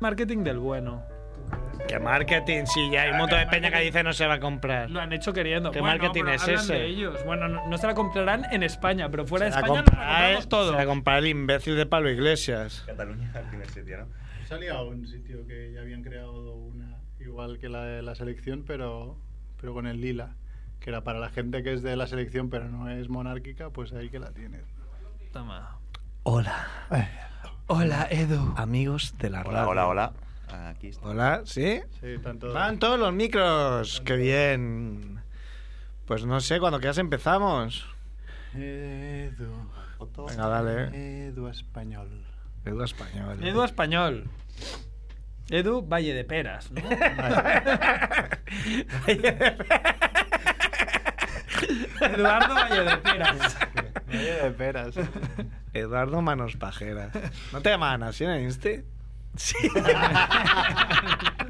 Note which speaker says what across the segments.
Speaker 1: marketing del bueno.
Speaker 2: Que marketing, sí, ya hay un montón de peña que dice no se va a comprar.
Speaker 1: Lo han hecho queriendo.
Speaker 2: ¿Qué
Speaker 1: Bueno,
Speaker 2: marketing
Speaker 1: pero
Speaker 2: es
Speaker 1: hablan
Speaker 2: ese?
Speaker 1: de ellos. Bueno, no, no se la comprarán en España, pero fuera
Speaker 2: Se
Speaker 1: de
Speaker 2: la
Speaker 1: España nos la
Speaker 2: compra-
Speaker 1: compramos todo.
Speaker 2: eh, se la compra el imbécil de Pablo Iglesias.
Speaker 3: Cataluña tiene sitio, ¿no?
Speaker 4: Salía un sitio que ya habían creado una igual que la de la selección, pero, pero con el lila, que era para la gente que es de la selección pero no es monárquica, pues ahí que la tienes.
Speaker 1: Toma.
Speaker 2: Hola,
Speaker 1: Hola, Edu.
Speaker 2: amigos de la
Speaker 3: Hola, hola, hola. Aquí está.
Speaker 2: Hola, ¿sí?
Speaker 4: Sí, tanto.
Speaker 2: Van todos los micros. Qué bien. Pues no sé, cuando quieras empezamos.
Speaker 4: Edu.
Speaker 3: Foto.
Speaker 2: Venga, dale.
Speaker 4: Edu español.
Speaker 2: Edu español.
Speaker 1: Edu español. Edu Valle de Peras, ¿no? Eduardo Valle de Peras.
Speaker 4: Valle de peras.
Speaker 2: Eduardo Manos Pajeras. ¿No te llaman así en el Insti? Sí.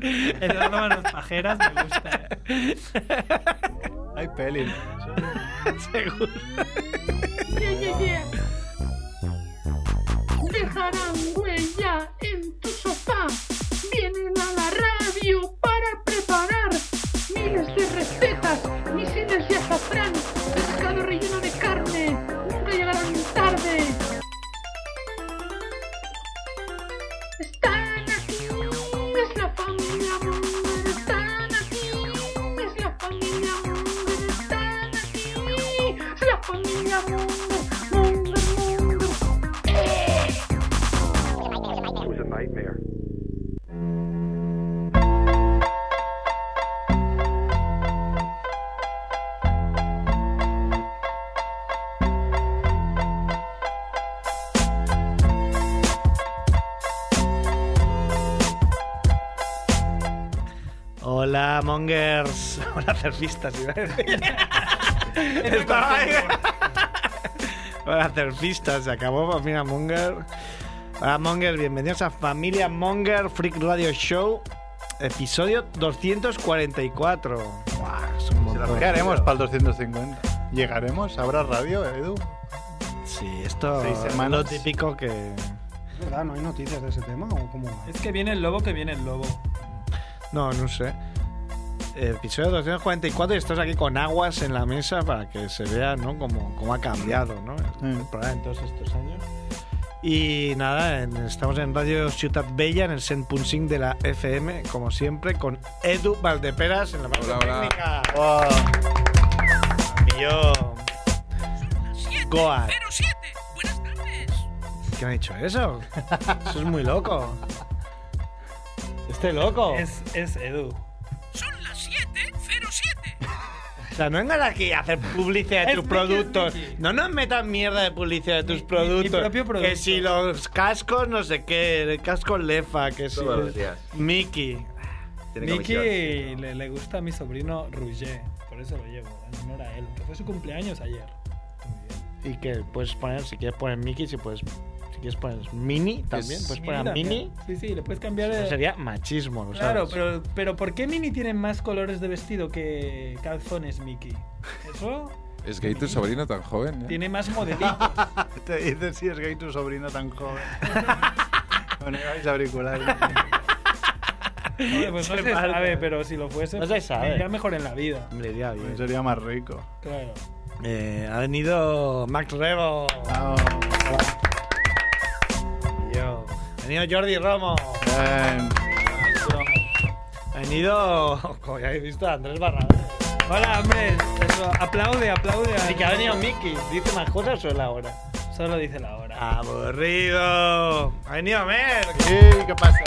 Speaker 1: Eduardo Manos Pajeras me gusta. ¿eh?
Speaker 4: Hay peli.
Speaker 2: Seguro.
Speaker 5: Yeah, yeah, yeah. Dejarán huella en tu sofá. Vienen a la radio para preparar miles de recetas, misiles de azafrán, pescado relleno de carne. Nunca llegarán tarde. Están aquí, es la familia Munger. Están aquí, es la familia Munger. Están aquí, es la familia Munger. Munger, Munger. ¡Eh!
Speaker 2: Hola, mongers. Hola, surfistas, iba a decir. Estaba ahí. Hola, surfistas. Se acabó Familia Monger. Hola, mongers. Bienvenidos a Familia Monger Freak Radio Show, episodio 244. Buah, es un montón.
Speaker 4: Pues, ¿Qué haremos para el 250? ¿Llegaremos? ¿Habrá radio, Edu?
Speaker 2: Sí, esto
Speaker 4: Seis
Speaker 2: es
Speaker 4: semanas.
Speaker 2: lo típico que...
Speaker 6: ¿Es verdad? Ah, ¿No hay noticias de ese tema o cómo va?
Speaker 1: Es que viene el lobo, que viene el lobo.
Speaker 2: No, no sé. Episodio 244 y estás aquí con aguas en la mesa para que se vea ¿no? cómo, cómo ha cambiado ¿no?
Speaker 4: Mm.
Speaker 2: el programa en todos estos años. Y nada, en- estamos en Radio Ciutat Bella, en el 100.5 de la FM, como siempre, con Edu Valdeperas en la parte
Speaker 7: Hola, hola.
Speaker 2: técnica.
Speaker 4: Oh.
Speaker 2: Y yo... Goa. ¿Qué me ha dicho eso? Eso es muy loco. Este loco.
Speaker 1: Es, es Edu.
Speaker 2: O sea, no vengas aquí a hacer publicidad de
Speaker 1: Es
Speaker 2: tus
Speaker 1: Mickey,
Speaker 2: productos.
Speaker 1: es Mickey.
Speaker 2: No nos metas mierda de publicidad de tus productos.
Speaker 1: propio producto.
Speaker 2: Que si los cascos, no sé qué, el casco lefa, que si.
Speaker 3: Todos los días.
Speaker 2: Mickey.
Speaker 3: Tiene comisión.
Speaker 1: Nicky le, le gusta a mi sobrino Rouget, por eso lo llevo, en honor a él, que fue su cumpleaños ayer.
Speaker 2: Y que puedes poner, si quieres poner Mickey, si puedes. Si quieres poner Mini también, puedes
Speaker 1: Mini
Speaker 2: poner a
Speaker 1: también.
Speaker 2: Mini.
Speaker 1: Sí, sí, le puedes cambiar
Speaker 2: Eso
Speaker 1: el...
Speaker 2: sería machismo, ¿lo
Speaker 1: Claro,
Speaker 2: sabes?
Speaker 1: pero, pero ¿por qué Mini tiene más colores de vestido que calzones Mickey? Eso
Speaker 7: ¿Es gay tu sobrino tan joven? ¿eh? ya?
Speaker 1: tiene más modelitos.
Speaker 4: Te dices si es gay tu sobrino tan joven. Bueno, vais auriculares.
Speaker 1: Joder, pues no
Speaker 2: Se
Speaker 1: se
Speaker 2: marca.
Speaker 1: sabe, pero si lo fuese,
Speaker 2: No se sabe.
Speaker 1: ya mejor en la vida.
Speaker 2: Le iría bien.
Speaker 4: Sería más rico.
Speaker 1: Claro.
Speaker 2: Eh, ha venido Max Rebo.
Speaker 4: Vamos.
Speaker 2: Yo. Ha venido Jordi Romo.
Speaker 4: Bien.
Speaker 2: Ha venido, como ya habéis visto, Andrés Barrada.
Speaker 1: Hola, hombre. Eso, aplaude, aplaude. a-
Speaker 2: Así que ha venido Mickey. ¿Dice más cosas o es la hora?
Speaker 1: Solo dice la hora.
Speaker 2: ¡Aburrido! ¡Ha venido Merck!
Speaker 4: Sí, ¿Qué pasa?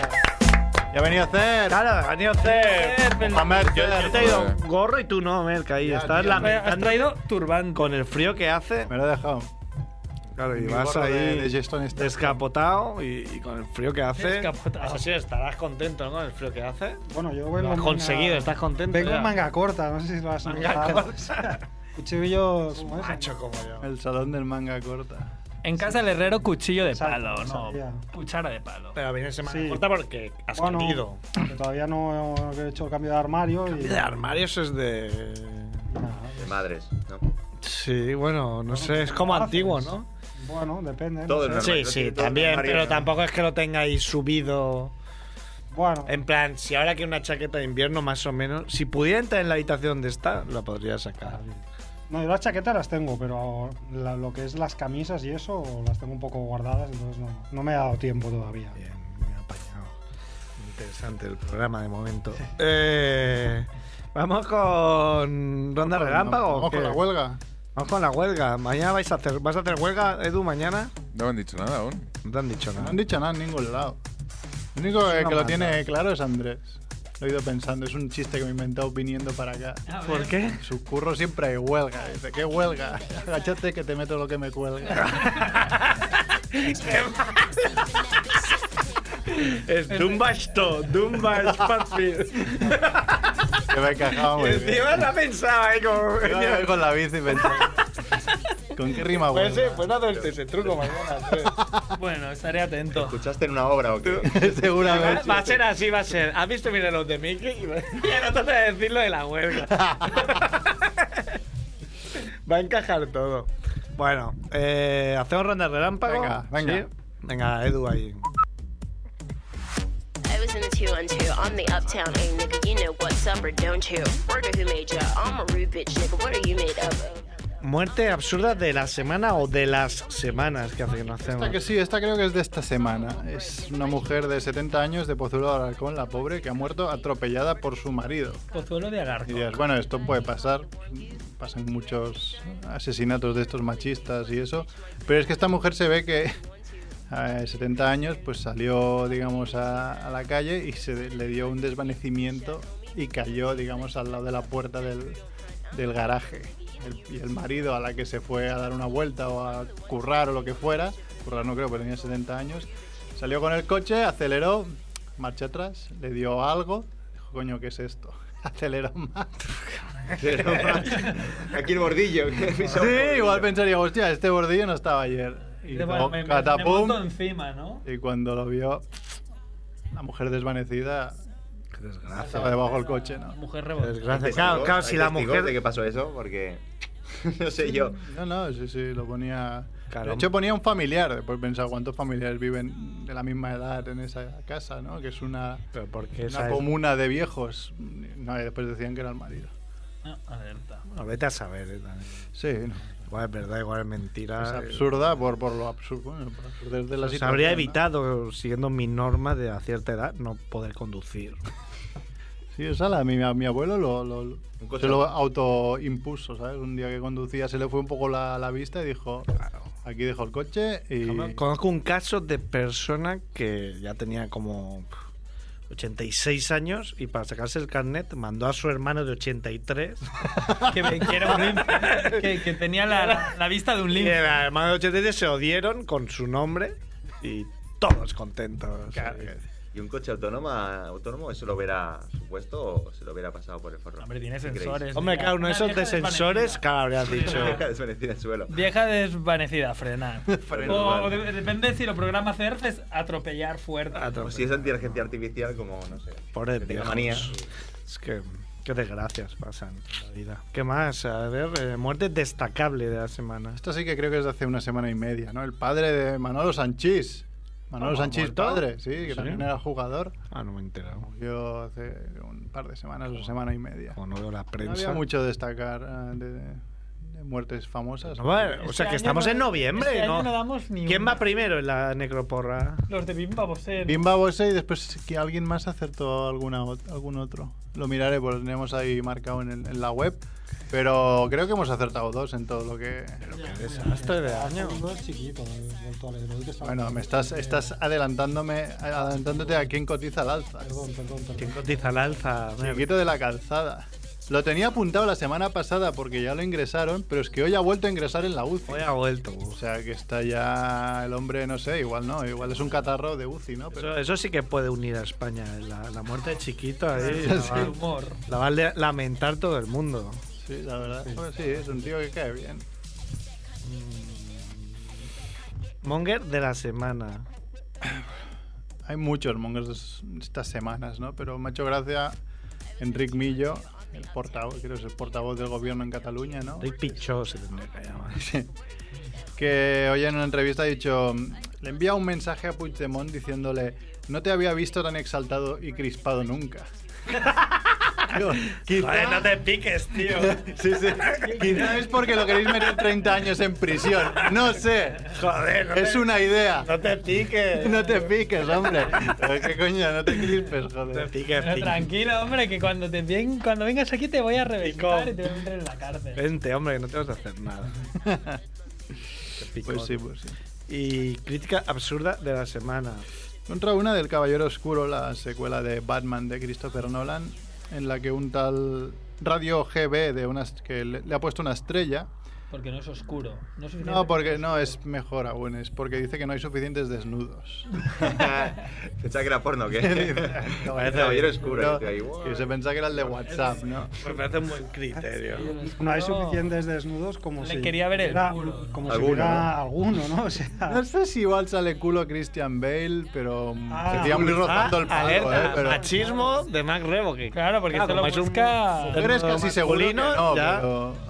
Speaker 4: Ya ha venido a hacer.
Speaker 2: ¡Claro, ha venido Cer!
Speaker 4: A Merck,
Speaker 2: Yo, yo te he
Speaker 7: Joder.
Speaker 2: ido gorro y tú no, Merck. Ahí
Speaker 4: Ya,
Speaker 2: estás
Speaker 4: tío.
Speaker 1: Has
Speaker 2: lamentando
Speaker 1: traído turbante.
Speaker 2: con el frío que hace.
Speaker 4: Me lo he dejado.
Speaker 2: Claro, y
Speaker 4: Mi
Speaker 2: vas
Speaker 4: gorro
Speaker 2: ahí
Speaker 4: de- de Jason Statham.
Speaker 2: descapotado y, y con el frío que hace.
Speaker 1: Descapotado.
Speaker 2: Eso sí, estarás contento ¿no? con el frío que hace.
Speaker 6: Bueno, yo vengo.
Speaker 2: Lo has
Speaker 6: en
Speaker 2: conseguido,
Speaker 6: manga-
Speaker 2: estás contento.
Speaker 6: Vengo
Speaker 2: ya.
Speaker 6: en manga corta, no sé si lo has
Speaker 2: Manga
Speaker 6: notado.
Speaker 2: corta.
Speaker 6: Cuchillo. ¿cómo es?
Speaker 2: Macho como yo.
Speaker 4: El salón del manga corta.
Speaker 1: En casa del herrero, cuchillo de
Speaker 6: Exacto,
Speaker 1: palo, no.
Speaker 6: sabía.
Speaker 1: Cuchara de palo.
Speaker 2: Pero viene semana
Speaker 6: Sí.
Speaker 2: corta porque has
Speaker 6: Bueno,
Speaker 2: comido.
Speaker 6: que todavía no he hecho el cambio de armario y.
Speaker 2: De armarios es de.
Speaker 6: nada, pues,
Speaker 3: De madres, ¿no?
Speaker 2: Sí, bueno, no sé, es como
Speaker 6: haces?
Speaker 2: antiguo, ¿no?
Speaker 6: Bueno, depende.
Speaker 3: Todo
Speaker 6: no
Speaker 3: es
Speaker 6: sé.
Speaker 3: normal,
Speaker 2: Sí,
Speaker 3: no
Speaker 2: sí,
Speaker 3: tiene todo
Speaker 2: también,
Speaker 3: armario,
Speaker 2: pero
Speaker 3: ¿no?
Speaker 2: tampoco es que lo tengáis subido
Speaker 6: Bueno,
Speaker 2: En plan, si ahora que una chaqueta de invierno, más o menos, si pudiera entrar en la habitación de esta, la podría sacar.
Speaker 6: no, yo las chaquetas las tengo, pero la- lo que es las camisas y eso las tengo un poco guardadas, entonces no, no me ha dado tiempo todavía.
Speaker 2: Bien, muy apañado. Interesante el programa de momento. Eh, vamos con ronda relámpago. o
Speaker 4: Vamos con
Speaker 2: qué?
Speaker 4: la huelga.
Speaker 2: Vamos con la huelga. Mañana vais a hacer, vas a hacer huelga, Edu, mañana.
Speaker 7: No me han dicho nada aún.
Speaker 2: No te han dicho nada.
Speaker 4: No han dicho nada en ningún lado. Lo único que,
Speaker 2: una
Speaker 4: que
Speaker 2: maldad.
Speaker 4: lo tiene claro es Andrés. Lo he ido pensando, es un chiste que me he inventado viniendo para acá.
Speaker 2: ¿Por qué?
Speaker 4: En su curro siempre hay huelga. Dice, ¿qué huelga? Agachate que te meto lo que me cuelga.
Speaker 2: Es Dumbasto, Dumbash Fácil.
Speaker 4: que me encajaba
Speaker 3: Este
Speaker 4: muy bien.
Speaker 2: Encima la pensaba, eh, como.
Speaker 4: Iba a ir con la bici pensando. ¿Con qué rima
Speaker 2: Pues, eh,
Speaker 4: huelga?
Speaker 2: pues no hacerte ese truco mañana. pues.
Speaker 1: Bueno, estaré atento.
Speaker 3: ¿Escuchaste en una obra o qué?
Speaker 2: Va,
Speaker 4: Seguramente.
Speaker 2: va a ser así, va a ser. ¿Has visto mira los de Mickey? Y va- y el otro te va a decir lo de la huelga. va a encajar todo. Bueno, eh, hacemos ronda de relámpago.
Speaker 4: Venga, venga.
Speaker 2: ¿Sí? Venga, Edu ahí.
Speaker 8: I was in the 212. I'm the uptown A nigga. You know what's up or don't you? Word of who made ya. I'm a rude bitch nigga. What are you made up of?
Speaker 2: Muerte absurda de la semana o de las semanas que hace que no hacemos.
Speaker 4: Esta que sí, esta creo que es de esta semana. Es una mujer de 70 años de Pozuelo de Alarcón, la pobre, que ha muerto atropellada por su marido.
Speaker 1: Pozuelo Pues de
Speaker 4: Y
Speaker 1: Alarcón.
Speaker 4: dirías, bueno, esto puede pasar, pasan muchos asesinatos de estos machistas y eso, pero es que esta mujer se ve que a 70 años pues salió, digamos, a, a la calle y se de- le dio un desvanecimiento y cayó, digamos, al lado de la puerta del, del garaje. El- y el marido a la que se fue a dar una vuelta o a currar o lo que fuera, currar no creo, pero tenía 70 años, salió con el coche, aceleró, marcha atrás, le dio algo, dijo, coño, ¿qué es esto? Aceleró más.
Speaker 3: Aquí el bordillo.
Speaker 4: Sí, igual pensaría, hostia, este bordillo no estaba ayer. Y
Speaker 1: Dice,
Speaker 4: luego,
Speaker 1: bueno,
Speaker 2: Oh,
Speaker 1: me, me- me
Speaker 4: catapum,
Speaker 1: monto encima, ¿no?
Speaker 4: y cuando lo vio, la mujer desvanecida
Speaker 2: Qué desgracia.
Speaker 4: estaba debajo del coche, ¿no?
Speaker 1: Mujer
Speaker 2: Qué
Speaker 1: rebote.
Speaker 2: desgracia. Claro, claro, si la mujer.
Speaker 3: ¿De qué pasó eso? Porque. no sé yo.
Speaker 4: No, no, sí, sí, lo ponía...
Speaker 2: Claro.
Speaker 4: De hecho, ponía un familiar. Después pensaba cuántos familiares viven de la misma edad en esa casa, ¿no? Que es una,
Speaker 2: Pero porque
Speaker 4: una
Speaker 2: esa es-
Speaker 4: comuna de viejos. No, y después decían que era el marido.
Speaker 1: Ah, alerta.
Speaker 2: Bueno, vete a saber. eh, también.
Speaker 4: Sí, no.
Speaker 2: Igual es verdad, igual es mentira.
Speaker 4: Es
Speaker 2: eh.
Speaker 4: absurda por, por lo absurdo. Bueno, por absurdez de la
Speaker 2: Se
Speaker 4: situación,
Speaker 2: habría
Speaker 4: ¿no?
Speaker 2: evitado, siguiendo mi norma de a cierta edad, no poder conducir.
Speaker 4: Sí, esa la, mi, mi abuelo lo, lo- lo-
Speaker 3: coche.
Speaker 4: se lo autoimpuso, ¿sabes? Un día que conducía se le fue un poco la, la vista y dijo, aquí dejo el coche y...
Speaker 2: Conozco un caso de persona que ya tenía como 86 años y para sacarse el carnet mandó a su hermano de 83.
Speaker 1: Que, me- que era un lince. Que, que tenía la, la- la vista de un
Speaker 2: y el
Speaker 1: lince.
Speaker 2: hermano de 83 se odieron con su nombre y todos contentos.
Speaker 4: Claro.
Speaker 3: ¿Y un coche autónoma, autónomo, eso lo hubiera supuesto o se lo hubiera pasado por el forro?
Speaker 1: Hombre, tiene
Speaker 3: ¿Qué creéis?
Speaker 1: sensores.
Speaker 2: Hombre, claro, uno
Speaker 1: Una
Speaker 2: de esos de
Speaker 1: vieja
Speaker 2: sensores,
Speaker 1: desvanecida.
Speaker 2: claro, habrías dicho.
Speaker 3: Desvanecida en suelo.
Speaker 1: Vieja desvanecida, frenar.
Speaker 3: Frenar,
Speaker 1: o
Speaker 3: vale.
Speaker 1: de- depende si lo programa CERF, es atropellar fuerte.
Speaker 3: O Pues si es inteligencia artificial, como, no sé.
Speaker 2: Por
Speaker 3: que
Speaker 2: el
Speaker 3: tenga
Speaker 2: viejos.
Speaker 3: manía.
Speaker 2: Es que qué desgracias pasan en la vida. ¿Qué más? A ver, eh, muerte destacable de la semana.
Speaker 4: Esta sí que creo que es de hace una semana y media, ¿no? El padre de Manolo Sanchís. Manolo
Speaker 2: Ah,
Speaker 4: Sanchís
Speaker 2: ¿muerto?
Speaker 4: padre, sí, que
Speaker 2: ¿Sí?
Speaker 4: también era jugador.
Speaker 2: Ah, no me he enterado.
Speaker 4: Murió hace un par de semanas o semana y media.
Speaker 2: Como no veo la
Speaker 4: No
Speaker 2: prensa.
Speaker 4: había mucho a destacar eh, de, de muertes famosas.
Speaker 2: No, bueno, o
Speaker 1: Este
Speaker 2: sea, que
Speaker 1: año
Speaker 2: estamos
Speaker 1: no-
Speaker 2: en noviembre,
Speaker 1: este
Speaker 2: ¿no?
Speaker 1: año no damos ni
Speaker 2: ¿Quién
Speaker 1: una.
Speaker 2: va primero en la necroporra?
Speaker 1: Los de Bimba Bosé. ¿no?
Speaker 4: Bimba Bose y después que alguien más acertó alguna, ot- algún otro. Lo miraré, porque lo tenemos ahí marcado en, el- en la web. Pero creo que hemos acertado dos en todo lo que...
Speaker 2: Desastre de año.
Speaker 6: Segundo es chiquito, he vuelto a leer, hoy que estaba-
Speaker 4: Bueno, me estás, estás adelantándome, adelantándote a quién cotiza el alza.
Speaker 6: Perdón, perdón,
Speaker 2: ¿Quién
Speaker 6: perdón.
Speaker 2: cotiza el alza?
Speaker 4: Chiquito de la calzada. Lo tenía apuntado la semana pasada porque ya lo ingresaron, pero es que hoy ha vuelto a ingresar en la UCI.
Speaker 2: Hoy ha vuelto.
Speaker 4: O sea que está ya el hombre, no sé, igual no, igual es un catarro de UCI, ¿no? Pero
Speaker 2: Eso, eso sí que puede unir a España. La, la muerte de chiquito ahí.
Speaker 4: Sí,
Speaker 2: la
Speaker 4: sí.
Speaker 2: va-
Speaker 1: Humor.
Speaker 2: la va a le- lamentar todo el mundo.
Speaker 4: sí, la verdad. Hombre, sí, es un tío que cae bien.
Speaker 2: Monger de la semana.
Speaker 4: Hay muchos mongers es- estas semanas, ¿no? Pero me ha hecho gracia Enric Millo, el portavoz, creo que es el portavoz del gobierno en Cataluña, ¿no?
Speaker 2: Estoy pichó, se tendría que llamar.
Speaker 4: Sí. que hoy en una entrevista ha dicho, le envía un mensaje a Puigdemont diciéndole, No te había visto tan exaltado y crispado nunca. Digo,
Speaker 2: Joder, no
Speaker 4: quizá,
Speaker 2: te piques, tío.
Speaker 4: Sí, sí. Quizá es porque lo queréis meter 30 años en prisión. No sé.
Speaker 2: Joder, no
Speaker 4: Es
Speaker 2: te,
Speaker 4: una idea.
Speaker 2: No te piques.
Speaker 4: No te piques, hombre. Pero ¿Qué coño? No te crispes,
Speaker 2: No te
Speaker 4: joder.
Speaker 2: piques,
Speaker 1: Pero
Speaker 2: piques.
Speaker 1: tranquilo, hombre, que cuando te ven- cuando vengas aquí te voy a reventar
Speaker 2: Picón.
Speaker 1: y te voy a meter en la cárcel.
Speaker 2: Vente, hombre, que no te vas a hacer nada. Qué picón.
Speaker 4: Pues sí, pues sí.
Speaker 2: Y crítica absurda de la semana.
Speaker 4: Contra una del Caballero Oscuro, la secuela de Batman de Christopher Nolan, en la que un tal Radio GB de unas que le, le ha puesto una estrella.
Speaker 1: Porque no es oscuro. No, es suficiente.
Speaker 4: No, porque no es mejor aún, es porque dice que no hay suficientes desnudos.
Speaker 3: Pensaba que era porno, ¿qué?
Speaker 4: Dice,
Speaker 3: Caballero oscuro.
Speaker 4: no,
Speaker 3: dice ahí, "Wow".
Speaker 4: y se pensaba que era el de WhatsApp, ¿no?
Speaker 2: Pues me hace un buen criterio.
Speaker 6: No hay suficientes desnudos como
Speaker 1: Le
Speaker 6: si.
Speaker 1: quería ver el
Speaker 6: hubiera-
Speaker 1: culo.
Speaker 6: Como si
Speaker 3: Alguno,
Speaker 6: hubiera alguno, ¿no? O sea.
Speaker 4: No sé si igual sale culo Christian Bale, pero mm,
Speaker 6: Ah,
Speaker 4: se tira muy rozando el
Speaker 2: Ah,
Speaker 4: palo,
Speaker 2: alerta,
Speaker 4: ¿eh? Pero
Speaker 2: machismo de Mac Revoque.
Speaker 1: Claro, porque esto lo
Speaker 2: como es un-
Speaker 1: busca.
Speaker 4: mujeres casi seguro que
Speaker 2: masculino,
Speaker 4: no,
Speaker 2: ya.
Speaker 4: pero...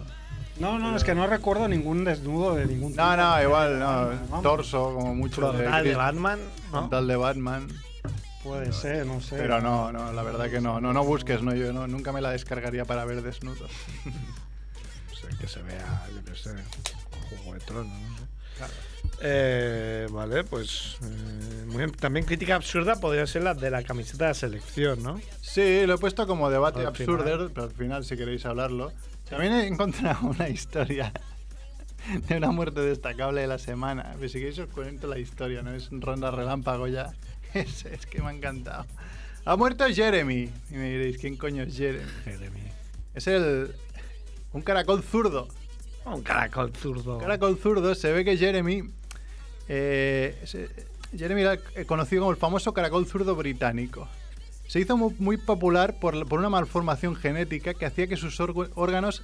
Speaker 6: No, no, es que no recuerdo ningún desnudo de ningún tipo.
Speaker 4: No, no, igual, no. Torso, como mucho. de
Speaker 2: Frontal de
Speaker 4: Chris-
Speaker 2: Batman, ¿no?
Speaker 4: Tal de Batman.
Speaker 6: Puede ser, no sé.
Speaker 4: Pero no, no, la verdad que no. No, no busques, no, yo no, nunca me la descargaría para ver desnudos.
Speaker 2: O sea, pues, que se vea, yo qué sé, Juego de Tronos, no sé. Eh, vale, pues eh, muy bien. también crítica absurda podría ser la de la camiseta de la selección, ¿no?
Speaker 4: Sí, lo he puesto como debate
Speaker 2: Al
Speaker 4: absurdo,
Speaker 2: final.
Speaker 4: pero al final si queréis hablarlo. También he encontrado una historia de una muerte destacable de la semana. Pero si queréis os cuento la historia, no es ronda relámpago ya. Es, es que me ha encantado. Ha muerto Jeremy. Y me diréis, ¿quién coño es Jeremy? Es el... Un caracol zurdo.
Speaker 2: Un caracol zurdo.
Speaker 4: Caracol zurdo, se ve que Jeremy. eh, se- Jeremy era eh, conocido como el famoso caracol zurdo británico. Se hizo mu- muy, popular por, la- por una malformación genética que hacía que sus orgu- órganos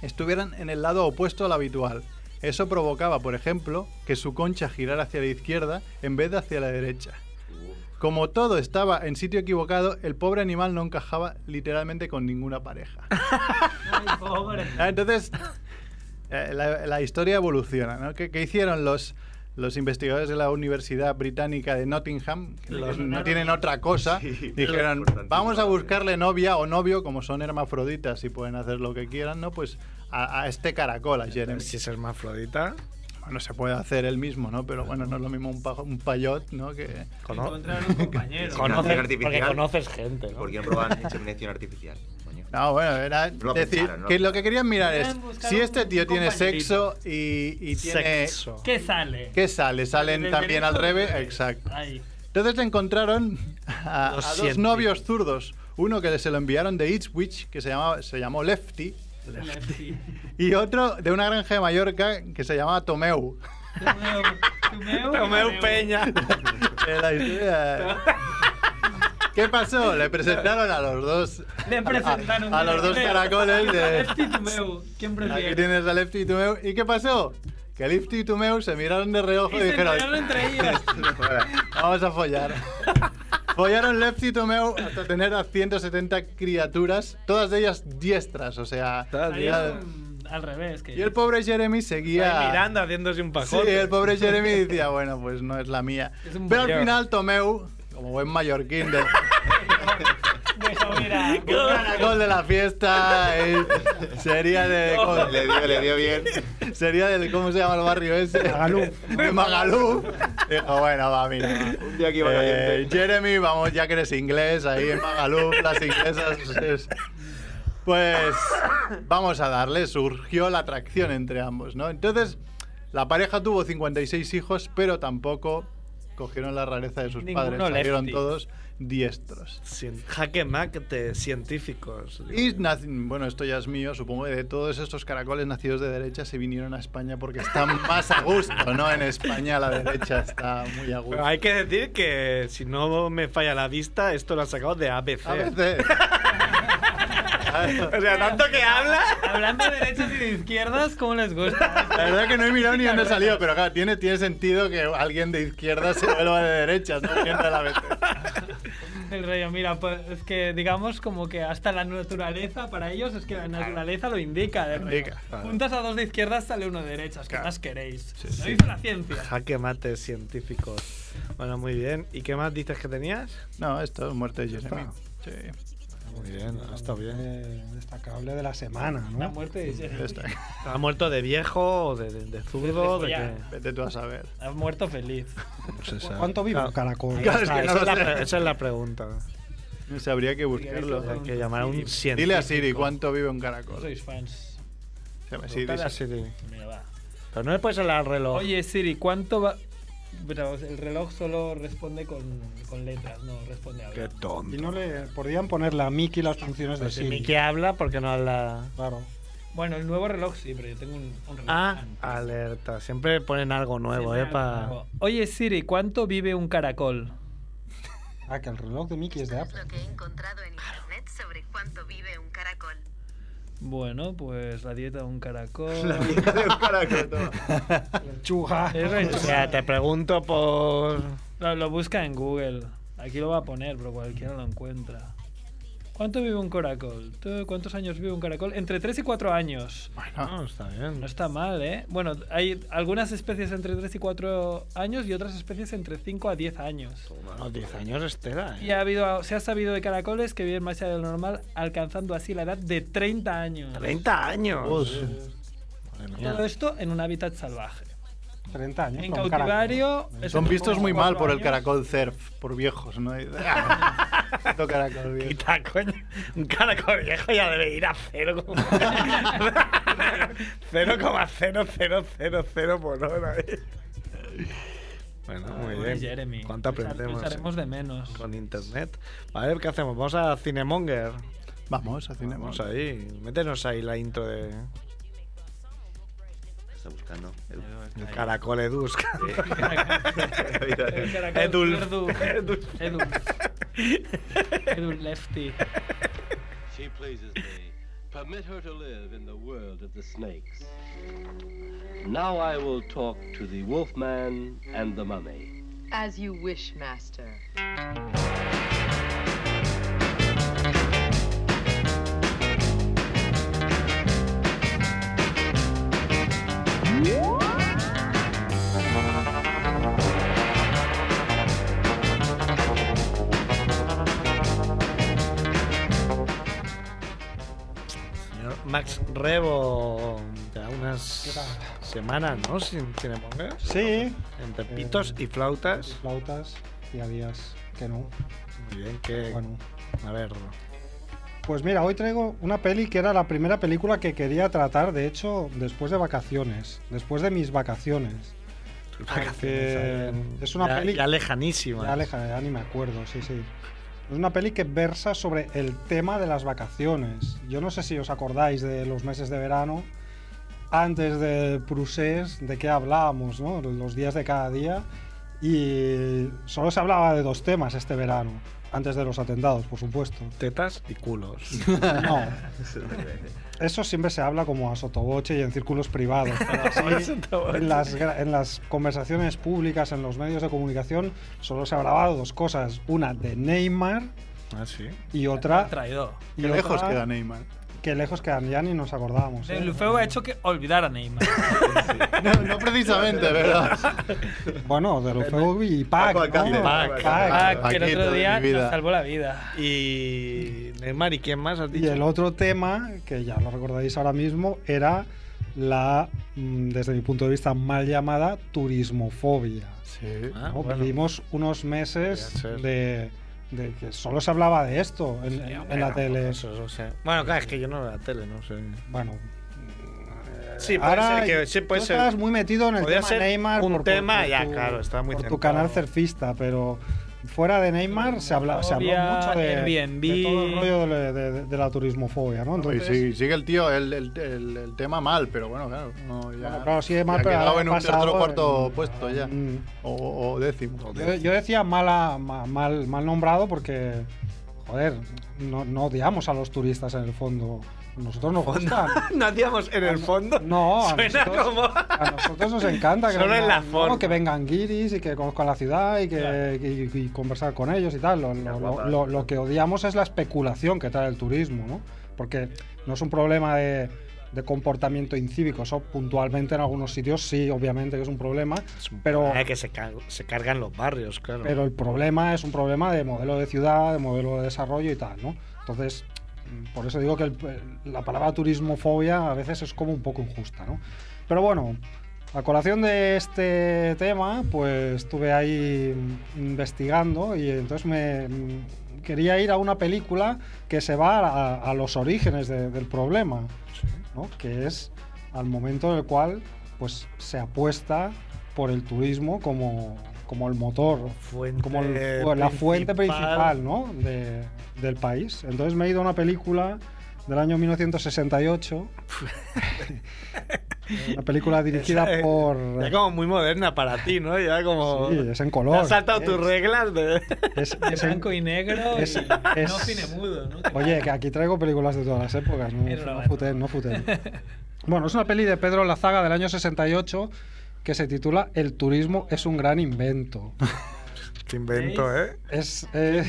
Speaker 4: estuvieran en el lado opuesto al habitual. Eso provocaba, por ejemplo, que su concha girara hacia la izquierda en vez de hacia la derecha. Como todo estaba en sitio equivocado, el pobre animal no encajaba literalmente con ninguna pareja.
Speaker 1: Ay, pobre.
Speaker 4: Ah, Entonces, eh, la, la historia evoluciona, ¿no? ¿Qué, qué hicieron los, los investigadores de la Universidad Británica de Nottingham? Que
Speaker 2: Los-
Speaker 4: no tienen otra cosa.
Speaker 3: Sí,
Speaker 4: dijeron,
Speaker 3: importantísimo.
Speaker 4: vamos a buscarle novia o novio, como son hermafroditas y pueden hacer lo que quieran, ¿no? Pues a, a este caracol, a Jeremy.
Speaker 2: Si es hermafrodita,
Speaker 4: Bueno, se puede hacer él mismo, ¿no? Pero bueno, no es lo mismo un, pajo- un payot, ¿no? Que...
Speaker 2: cono-
Speaker 1: Encontraron un compañero.
Speaker 3: Con-
Speaker 2: conoces-
Speaker 3: artificial.
Speaker 2: porque conoces gente, ¿no?
Speaker 3: ¿Por qué no proban inseminación artificial? Coño.
Speaker 4: No, bueno, era
Speaker 3: Lo
Speaker 4: decir
Speaker 3: pensaron, ¿no?
Speaker 4: que lo que querían mirar es
Speaker 1: Querían buscar
Speaker 4: si
Speaker 1: un-
Speaker 4: este tío
Speaker 1: un
Speaker 4: tiene
Speaker 1: compañerito.
Speaker 4: sexo y, y tiene
Speaker 2: Sexo.
Speaker 1: ¿Qué sale?
Speaker 4: ¿Qué sale? ¿Salen
Speaker 1: Del
Speaker 4: también al
Speaker 1: derecho
Speaker 4: revés?
Speaker 1: al revés.
Speaker 4: Exacto.
Speaker 1: Ay,
Speaker 4: Entonces encontraron a,
Speaker 2: Lo
Speaker 4: a dos
Speaker 2: siento.
Speaker 4: novios zurdos. Uno que se lo enviaron de Ipswich, que se, llamaba, se llamó Lefty,
Speaker 1: Lefty.
Speaker 4: y otro de una granja de Mallorca que se llamaba Tomeu.
Speaker 1: Tomeu, Tomeu,
Speaker 2: Tomeu Peña.
Speaker 4: Eh, la historia- ¿Qué pasó? Le presentaron a los dos.
Speaker 1: Le presentaron
Speaker 4: a, a los dos caracoles de.
Speaker 1: Lefty Tomeu. ¿Quién
Speaker 4: Aquí
Speaker 1: prefiere?
Speaker 4: tienes a Lefty y Tomeu. ¿Y qué pasó? Que Lefty y Tomeu se miraron de reojo
Speaker 1: Y
Speaker 4: y,
Speaker 1: se
Speaker 4: dijeron.
Speaker 1: pelearon entre ellos.
Speaker 4: Vamos a follar. Follaron Lefty y Tomeu hasta tener a 170 criaturas, todas ellas diestras, o sea.
Speaker 2: Todas
Speaker 4: ya-
Speaker 1: Salió un- Al revés. Que
Speaker 4: Y el pobre Jeremy seguía.
Speaker 2: Ahí mirando, haciéndose un
Speaker 4: Sí,
Speaker 2: pajón.
Speaker 4: el pobre Jeremy decía, bueno, pues no es la mía.
Speaker 1: Es un
Speaker 4: Pero al
Speaker 1: mayor.
Speaker 4: final Tomeu, como buen mallorquín de
Speaker 1: Dijo, mira,
Speaker 4: caracol de la fiesta, eh, sería de.
Speaker 3: Le dio, le dio bien.
Speaker 4: Sería del. ¿Cómo se llama el barrio ese?
Speaker 6: Magaluf.
Speaker 4: De Magaluf. Dijo, bueno, va, mira. va.
Speaker 3: Un día aquí va
Speaker 4: Eh,
Speaker 3: caliente.
Speaker 4: Jeremy, vamos, ya que eres inglés, ahí en Magaluf, las inglesas. pues, es- Pues vamos a darle, surgió la atracción entre ambos, ¿no? Entonces, la pareja tuvo 56 hijos, pero tampoco cogieron la rareza de sus
Speaker 1: Ninguno
Speaker 4: padres, salieron
Speaker 1: lefty.
Speaker 4: todos diestros.
Speaker 2: Cien- Jaque Mac de científicos.
Speaker 4: Y nac- bueno, esto ya es mío, supongo que de todos estos caracoles nacidos de derecha se vinieron a España porque están más a gusto, ¿no? En España la derecha está muy a gusto.
Speaker 2: Pero hay que decir que si no me falla la vista, esto lo ha sacado de ABC.
Speaker 4: A veces.
Speaker 2: O sea, tanto que habla.
Speaker 1: Hablando de derechas y de izquierdas, ¿cómo les gusta?
Speaker 4: La verdad que no he mirado ni dónde salió, pero claro, tiene, tiene sentido que alguien de izquierda se vuelva de derechas, ¿no? Siempre la veces.
Speaker 1: El rollo, mira, pues es que digamos como que hasta la naturaleza para ellos es que la naturaleza lo indica. De rollo.
Speaker 4: Indica, claro.
Speaker 1: Juntas a dos de izquierdas sale uno de derechas, ¿qué
Speaker 4: Claro.
Speaker 1: más queréis?
Speaker 4: Sí,
Speaker 1: lo
Speaker 4: sí.
Speaker 1: dice la ciencia.
Speaker 2: Jaque mate científicos. Bueno, muy bien. ¿Y qué más dices que tenías?
Speaker 4: No, esto es muerte de Jeremy. Sí,
Speaker 2: Muy bien, está bien.
Speaker 6: Eh, destacable de la semana,
Speaker 1: La
Speaker 6: ¿no?
Speaker 1: muerte de Jeremy.
Speaker 4: está.
Speaker 2: ¿Ha muerto de viejo o de, de- de zurdo?
Speaker 1: De
Speaker 2: De
Speaker 1: follar.
Speaker 2: qué?
Speaker 4: Vete tú a saber.
Speaker 1: Ha muerto feliz.
Speaker 6: ¿Cuánto vive
Speaker 2: Claro.
Speaker 6: un caracol?
Speaker 2: Claro, es
Speaker 1: está,
Speaker 2: que
Speaker 1: eso es
Speaker 2: esa, es la,
Speaker 1: la-
Speaker 2: pre- esa es la pregunta.
Speaker 4: Se habría que buscarlo.
Speaker 2: Hay que llamar a un científico.
Speaker 4: Dile a Siri cuánto vive un
Speaker 1: No
Speaker 4: caracol.
Speaker 1: sois fans.
Speaker 4: Se llama Siri.
Speaker 2: Pregúntale a Siri.
Speaker 1: Mira, va.
Speaker 2: Pero no le puedes hablar al
Speaker 4: Oh.
Speaker 2: reloj.
Speaker 1: Oye, Siri, ¿cuánto va...? Pero el reloj solo responde con, con letras, no responde a
Speaker 7: Qué
Speaker 1: hablar.
Speaker 6: Y
Speaker 7: tonto.
Speaker 6: no le podrían ponerle a Mickey las funciones de
Speaker 2: Pues si
Speaker 6: Siri.
Speaker 2: Miki habla, porque no habla?
Speaker 6: Claro.
Speaker 1: Bueno, el nuevo reloj sí, pero yo tengo un, un reloj.
Speaker 2: Ah,
Speaker 1: antes.
Speaker 2: alerta. Siempre ponen algo nuevo, ¿eh? Para...
Speaker 1: Oye, Siri, ¿cuánto vive un caracol?
Speaker 6: Ah, que el reloj de Mickey es de Apple.
Speaker 9: que he encontrado en internet sobre cuánto vive un caracol.
Speaker 1: Bueno, pues la dieta de un caracol.
Speaker 3: Dale un caracol, toma.
Speaker 6: Chuga.
Speaker 2: O sea, te pregunto por...
Speaker 1: lo, lo busca en Google. Aquí lo va a poner, pero cualquiera lo encuentra. ¿Cuánto vive un caracol? ¿Tú ¿Cuántos años vive un caracol? Entre 3 y 4 años.
Speaker 2: Bueno, está bien.
Speaker 1: No está mal, ¿eh? Bueno, hay algunas especies entre 3 y 4 años y otras especies entre 5 a 10 años.
Speaker 2: Bueno, 10 años estela, eh.
Speaker 1: Y ha habido, se ha sabido de caracoles que viven más allá de lo normal, alcanzando así la edad de 30 años.
Speaker 2: 30 años.
Speaker 1: Todo esto en un hábitat salvaje.
Speaker 6: 30 años.
Speaker 1: En
Speaker 6: para un
Speaker 1: cautivario.
Speaker 6: caracol.
Speaker 1: es
Speaker 4: Son
Speaker 1: como
Speaker 4: vistos muy mal por el
Speaker 1: cuatro años.
Speaker 4: caracol surf, por viejos, ¿no? Tanto caracol viejo.
Speaker 2: Quita, coño. Un caracol viejo ya debe ir a 0,0000 por hora. ¿eh? Bueno, muy
Speaker 1: Pobre
Speaker 2: bien.
Speaker 1: Jeremy.
Speaker 2: ¿Cuánto
Speaker 1: Lo echar- lo
Speaker 2: aprendemos
Speaker 1: echaremos
Speaker 2: eh?
Speaker 1: de menos.
Speaker 2: con internet? A ver, ¿qué hacemos? Vamos a Cinemonger.
Speaker 4: Vamos, a cine.
Speaker 2: Vamos ahí. Métenos ahí la intro de
Speaker 3: Está buscando. Edu.
Speaker 2: el Caracol Edus.
Speaker 1: El caracol
Speaker 2: Edul.
Speaker 1: Edu.
Speaker 2: Edul.
Speaker 1: Edu. Edu Lefty.
Speaker 10: She pleases me. Permit her to live in the world of the snakes. Now I will talk to the wolfman and the mummy.
Speaker 9: As you wish, master.
Speaker 2: Señor Max Rebo. Ya unas semanas, ¿no? Sin Cinemonger.
Speaker 6: Sí.
Speaker 2: Entre pitos y flautas.
Speaker 6: Flautas y a días que no.
Speaker 2: Muy bien, que.
Speaker 6: Bueno.
Speaker 2: A ver.
Speaker 6: Pues mira, hoy traigo una peli que era la primera película que quería tratar, de hecho, después de vacaciones, después de mis vacaciones.
Speaker 2: vacaciones,
Speaker 6: eh, es una
Speaker 2: ya,
Speaker 6: peli-
Speaker 2: Ya lejanísima.
Speaker 6: Ya, leja- ya ni me acuerdo, sí, sí. Es una peli que versa sobre el tema de las vacaciones. Yo no sé si os acordáis de los meses de verano, antes del Prusés, de qué hablábamos, ¿no? Los días de cada día. Y solo se hablaba de dos temas este verano, antes de los atentados, por supuesto.
Speaker 2: Tetas y culos.
Speaker 6: No. Eso siempre se habla como a sotoboche y en círculos privados. pero así, en, las, gra- en las conversaciones públicas, en los medios de comunicación, solo se hablaba de dos cosas. Una de Neymar
Speaker 2: ah, sí.
Speaker 6: y otra...
Speaker 1: Traidor.
Speaker 6: Y
Speaker 4: Qué lejos eh.
Speaker 6: otra-
Speaker 4: queda Neymar.
Speaker 6: Que lejos quedan, ya ni nos acordábamos. ¿eh?
Speaker 1: Lufeo ha hecho que olvidar a Neymar.
Speaker 4: No, no precisamente, ¿verdad?
Speaker 6: Bueno, de Lufeu y Pac.
Speaker 3: Paco
Speaker 6: ¿no?
Speaker 3: Alcácer.
Speaker 2: Pac,
Speaker 6: Pac.
Speaker 1: Ah, que el
Speaker 4: Paquito
Speaker 1: otro
Speaker 4: de
Speaker 1: día
Speaker 4: mi vida.
Speaker 1: nos salvó la vida.
Speaker 2: Y. Neymar, ¿y quién más has
Speaker 6: Y
Speaker 2: dicho?
Speaker 6: el otro tema, que ya lo recordáis ahora mismo, era la, mm, desde mi punto de vista, mal llamada turismofobia.
Speaker 4: Sí.
Speaker 2: Ah,
Speaker 6: ¿no?
Speaker 2: bueno.
Speaker 6: Vivimos unos meses
Speaker 2: Podría ser.
Speaker 6: de, de que solo se hablaba de esto en, en- en la tele.
Speaker 2: pues Eso, eso, sí. Bueno, claro, es que yo no veo la tele, no sé.
Speaker 6: Bueno,
Speaker 2: Sí, puede
Speaker 6: ahora
Speaker 2: ser que. Sí, puede
Speaker 6: tú
Speaker 2: ser.
Speaker 6: estabas muy metido en el
Speaker 2: Podría
Speaker 6: tema
Speaker 2: ser
Speaker 6: Neymar.
Speaker 2: un tema, ya,
Speaker 6: tu-
Speaker 2: claro, estaba muy
Speaker 6: Por tu
Speaker 2: centrado.
Speaker 6: canal surfista, pero fuera de Neymar se habla, se habló
Speaker 1: Turismofobia,
Speaker 6: mucho de,
Speaker 1: Airbnb.
Speaker 6: de todo el rollo de, de- de la turismofobia, ¿no?
Speaker 4: Oye,
Speaker 6: Entonces,
Speaker 4: sí, sigue el tío el, el- el- el tema mal, pero bueno, claro. No, ya,
Speaker 6: bueno, claro, sigue mal,
Speaker 4: ya ha
Speaker 6: pero
Speaker 4: quedado
Speaker 6: ha
Speaker 4: en un tercer
Speaker 6: pasado
Speaker 4: o cuarto
Speaker 6: en-
Speaker 4: puesto ya.
Speaker 6: Mm.
Speaker 4: O, o décimo.
Speaker 6: Yo, yo decía mala, ma- mal, mal nombrado porque Joder, no, no odiamos a los turistas en el fondo. Nosotros nos gustan.
Speaker 2: No hacíamos en el fondo.
Speaker 6: No, a
Speaker 2: Suena
Speaker 6: nosotros,
Speaker 2: como.
Speaker 6: a nosotros nos encanta que,
Speaker 2: Solo en la
Speaker 6: vengan, ¿no?
Speaker 2: forma.
Speaker 6: que vengan guiris y que conozcan la ciudad y, que, y- y conversar con ellos y tal. Lo, lo- lo- lo- lo que odiamos es la especulación que trae el turismo, ¿no? Porque no es un problema de, de comportamiento incívico. Eso puntualmente en algunos sitios sí, obviamente que es un problema. Pero
Speaker 2: Ah, que se, car- se cargan los barrios, claro.
Speaker 6: pero el problema es un problema de modelo de ciudad, de modelo de desarrollo y tal, ¿no? Entonces, mm, por eso digo que el- la palabra turismofobia a veces es como un poco injusta, ¿no? Pero bueno, a colación de este tema, pues estuve ahí mm, investigando y entonces me mm, quería ir a una película que se va a, a los orígenes de- del problema, ¿no? Que es al momento en el cual pues se apuesta por el turismo como, como el motor,
Speaker 2: Fuente
Speaker 6: como el- o la fuente
Speaker 2: Eh, principal.
Speaker 6: principal ¿no? de- del país. Entonces me he ido a una película del año 1968, una película dirigida
Speaker 2: Esa es-
Speaker 6: por...
Speaker 2: Ya como muy moderna para ti, ¿no? Ya como.
Speaker 6: Sí, es en
Speaker 2: Te
Speaker 6: color. ¿eh?
Speaker 2: has saltado
Speaker 6: Es-
Speaker 2: tus reglas de.
Speaker 6: es-
Speaker 1: De
Speaker 6: es en-
Speaker 1: blanco y negro
Speaker 6: es-
Speaker 1: y
Speaker 6: es-
Speaker 1: no cine mudo, ¿no?
Speaker 6: Oye, que aquí traigo películas de todas las épocas, no,
Speaker 1: Era
Speaker 6: no
Speaker 1: bueno.
Speaker 6: futen, no futen. Bueno, es una peli de Pedro Lazaga del año 68 que se titula El turismo es un gran invento.
Speaker 2: Qué invento, ¿eh?
Speaker 6: Es, eh,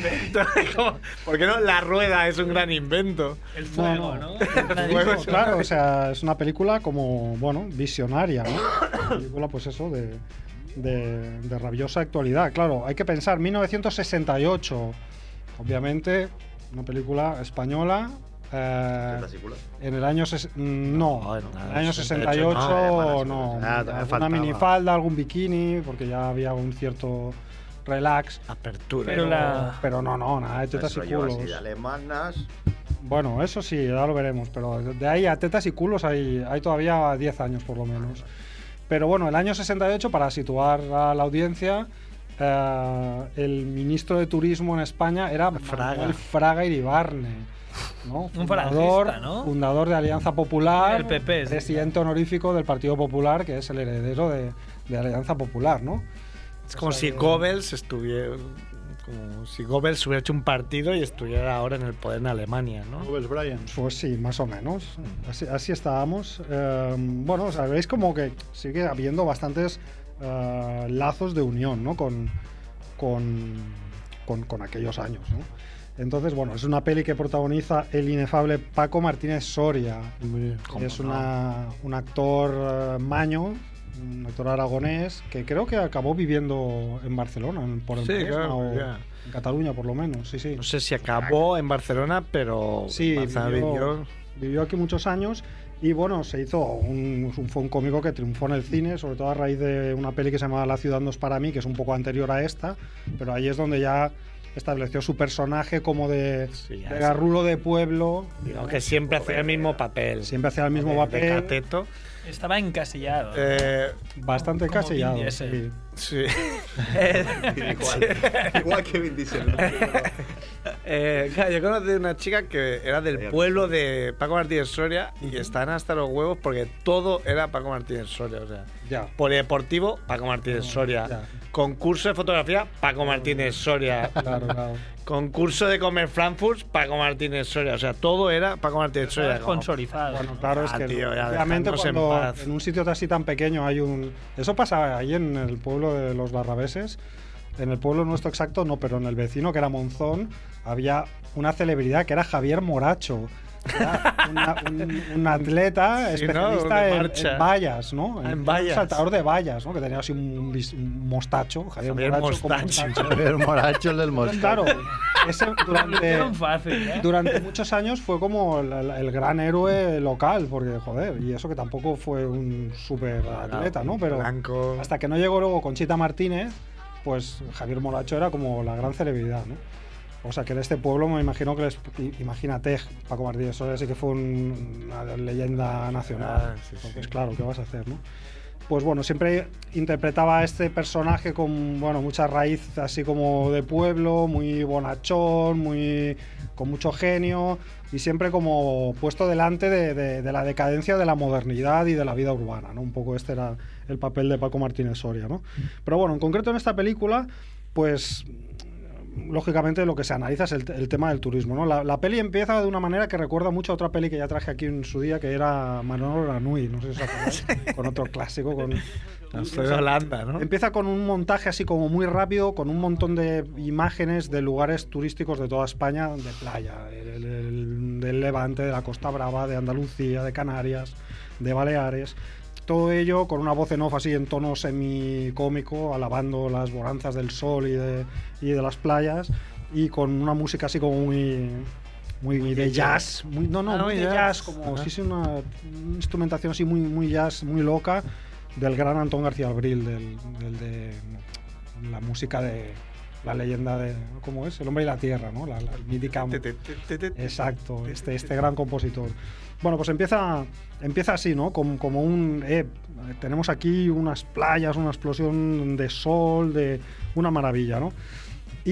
Speaker 2: Como- ¿Por qué no? La rueda es un gran invento.
Speaker 1: El fuego, ¿no?
Speaker 6: no.
Speaker 1: El
Speaker 2: Fuego
Speaker 1: fuego.
Speaker 2: es-
Speaker 6: claro, o sea, es una película como, bueno, visionaria, ¿no? Una película, pues eso, de, de- de rabiosa actualidad. Claro, hay que pensar, 1968, obviamente, una película española. eh,
Speaker 3: Fantasícula.
Speaker 6: en el año... ses- mm, No,
Speaker 2: No, no,
Speaker 6: en el año
Speaker 2: 68, no,
Speaker 6: 68 no.
Speaker 2: es mala excusa. Ah, todavía
Speaker 6: Una
Speaker 2: faltaba.
Speaker 6: minifalda, algún bikini, porque ya había un cierto relax.
Speaker 2: Apertura.
Speaker 1: Pero
Speaker 2: ¿no?
Speaker 1: la-
Speaker 6: Pero no, no, nada de tetas
Speaker 3: Eso lo
Speaker 6: y
Speaker 3: lleva
Speaker 6: culos.
Speaker 3: así, de alemanas.
Speaker 6: Bueno, eso sí, ya lo veremos, pero de ahí a tetas y culos hay, hay todavía 10 años por lo menos. Pero bueno, el año 68, para situar a la audiencia, eh, el ministro de Turismo en España era
Speaker 2: Fraga.
Speaker 6: Manuel Fraga Iribarne. ¿no?
Speaker 1: Un
Speaker 6: fundador,
Speaker 1: falangista, ¿no?
Speaker 6: fundador de Alianza Popular,
Speaker 1: El PP, sí,
Speaker 6: presidente honorífico del Partido Popular, que es el heredero de, de Alianza Popular, ¿no?
Speaker 2: Es como si Goebbels estuviera. Como si Goebbels hubiera hecho un partido y estuviera ahora en el poder en Alemania, ¿no?
Speaker 4: Robert Bryant.
Speaker 6: Pues sí, más o menos. Así, así estábamos. Eh, bueno, o sea, veis como que sigue habiendo bastantes eh, lazos de unión, ¿no? Con, con, con- con aquellos años, ¿no? Entonces, bueno, es una peli que protagoniza el inefable Paco Martínez Soria.
Speaker 2: ¿cómo
Speaker 6: Es
Speaker 2: no?
Speaker 6: una- un actor eh, maño, un actor aragonés, que creo que acabó viviendo en Barcelona, en- por el
Speaker 2: Sí, claro,
Speaker 6: o
Speaker 2: ya.
Speaker 6: en Cataluña por lo menos, sí, sí.
Speaker 2: No sé si acabó en Barcelona, pero.
Speaker 6: Sí,
Speaker 2: Barcelona
Speaker 6: vivió, vivió aquí muchos años y bueno, se hizo un, un- fue un cómico que triunfó en el cine, sobre todo a raíz de una peli que se llamaba La ciudad no es para mí, que es un poco anterior a esta, pero ahí es donde ya estableció su personaje como de,
Speaker 2: Sí, ya
Speaker 6: de
Speaker 2: sí.
Speaker 6: garrulo de pueblo,
Speaker 2: Digo que siempre hacía el mismo papel.
Speaker 6: siempre hacía el mismo
Speaker 2: de, de
Speaker 6: papel,
Speaker 2: cateto.
Speaker 1: Estaba encasillado.
Speaker 2: Eh,
Speaker 6: bastante
Speaker 1: Como Vin
Speaker 6: casillado.
Speaker 1: Diesel.
Speaker 6: sí.
Speaker 2: sí.
Speaker 6: eh,
Speaker 3: Igual, igual que Vin Diesel.
Speaker 2: Eh, claro, yo conocí una chica que era del pueblo de Paco Martínez Soria y estaban hasta los huevos porque todo era Paco Martínez Soria. O sea,
Speaker 6: Ya.
Speaker 2: polideportivo, Paco Martínez Soria.
Speaker 6: Ah, ya. Ah.
Speaker 2: Concurso de fotografía, Paco Martínez Soria.
Speaker 6: Claro, claro.
Speaker 2: Concurso de comer Frankfurt, Paco Martínez Soria. O sea, todo era Paco Martínez Soria.
Speaker 1: Estaba
Speaker 2: Como,
Speaker 1: sponsorizado.
Speaker 6: Bueno, claro, es
Speaker 2: Ah,
Speaker 6: que
Speaker 2: tío, ya,
Speaker 6: obviamente
Speaker 2: dejadnos en
Speaker 6: cuando
Speaker 2: paz.
Speaker 6: en, un sitio así tan pequeño hay un... Eso pasa ahí en el pueblo de los barrabeses. En el pueblo nuestro exacto no, pero en el vecino que era Monzón había una celebridad que era Javier Moracho. que era una- un, un atleta
Speaker 2: Sí, ¿no?
Speaker 6: especialista
Speaker 2: De
Speaker 6: en- en,
Speaker 2: marcha.
Speaker 6: vallas, ¿no?
Speaker 2: Ah, en
Speaker 6: un
Speaker 2: vallas.
Speaker 6: saltador de vallas, ¿no? Que tenía así un, bis- un mostacho, Javier,
Speaker 2: Javier
Speaker 6: Moracho. con
Speaker 2: Mostacho.
Speaker 4: El moracho, el del
Speaker 6: Entonces,
Speaker 4: mostacho.
Speaker 6: Claro, ese durante,
Speaker 1: Hicieron fácil, ¿eh?
Speaker 6: durante muchos años fue como el, el- el gran héroe local, porque joder, y eso que tampoco fue un super atleta, ¿no? Pero
Speaker 2: Ah, Blanco.
Speaker 6: hasta que no llegó luego Conchita Martínez, pues Javier Moracho era como la gran celebridad, ¿no? O sea, que en este pueblo me imagino que les... i- Imagínate, Paco Martínez Soria sí que fue un- una leyenda
Speaker 2: Ah,
Speaker 6: nacional.
Speaker 2: sí, sí.
Speaker 6: Entonces, claro, ¿qué vas a hacer, no? Pues bueno, siempre interpretaba a este personaje con, bueno, mucha raíz así como de pueblo, muy bonachón, muy, con mucho genio y siempre como puesto delante de, de- de la decadencia de la modernidad y de la vida urbana, ¿no? Un poco este era el papel de Paco Martínez Soria, ¿no? Pero bueno, en concreto en esta película, pues lógicamente lo que se analiza es el, el tema del turismo. ¿no? La, la peli empieza de una manera que recuerda mucho a otra peli que ya traje aquí en su día, que era Manolo Ranui, no sé si os acordáis, con otro clásico. Con,
Speaker 2: Soy de Holanda, ¿no?
Speaker 6: Empieza con un montaje así como muy rápido, con un montón de imágenes de lugares turísticos de toda España, de playa, el- el- el- del Levante, de la Costa Brava, de Andalucía, de Canarias, de Baleares. Todo ello con una voz en off así en tono semicómico, alabando las bonanzas del sol y de, y de las playas, y con una música así como muy... Muy, de jazz, muy, no, no,
Speaker 2: Ah,
Speaker 6: muy
Speaker 2: muy
Speaker 6: de
Speaker 2: jazz.
Speaker 6: jazz, como
Speaker 2: Ajá.
Speaker 6: si es una, una instrumentación así muy, muy jazz, muy loca, del gran Antón García Abril, del, del de la música de la leyenda de. ¿Cómo es? El hombre y la tierra, ¿no? La, la mítica. Exacto, este, este gran compositor. Bueno, pues empieza, empieza así, ¿no? Como, como un. eh, tenemos aquí unas playas, una explosión de sol, de una maravilla, ¿no?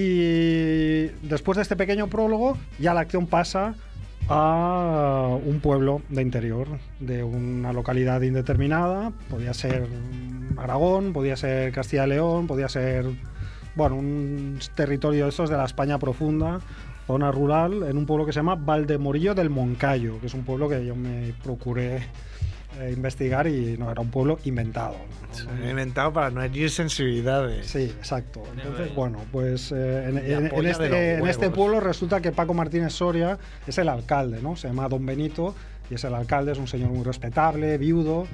Speaker 6: Y después de este pequeño prólogo, ya la acción pasa a un pueblo de interior, de una localidad indeterminada. Podía ser mm, Aragón, podía ser Castilla y León, podía ser, bueno, un territorio de estos de la España profunda, zona rural, en un pueblo que se llama Valdemorillo del Moncayo, que es un pueblo que yo me procuré eh, investigar y no, era un pueblo inventado. ¿no?
Speaker 2: Se lo he inventado para no herir sensibilidades.
Speaker 6: Sí, exacto. Entonces, bueno, pues eh, en,
Speaker 2: La
Speaker 6: en- en
Speaker 2: polla de los
Speaker 6: este, en este
Speaker 2: huevos.
Speaker 6: pueblo resulta que Paco Martínez Soria es el alcalde, ¿no? Se llama Don Benito y es el alcalde, es un señor muy respetable, viudo.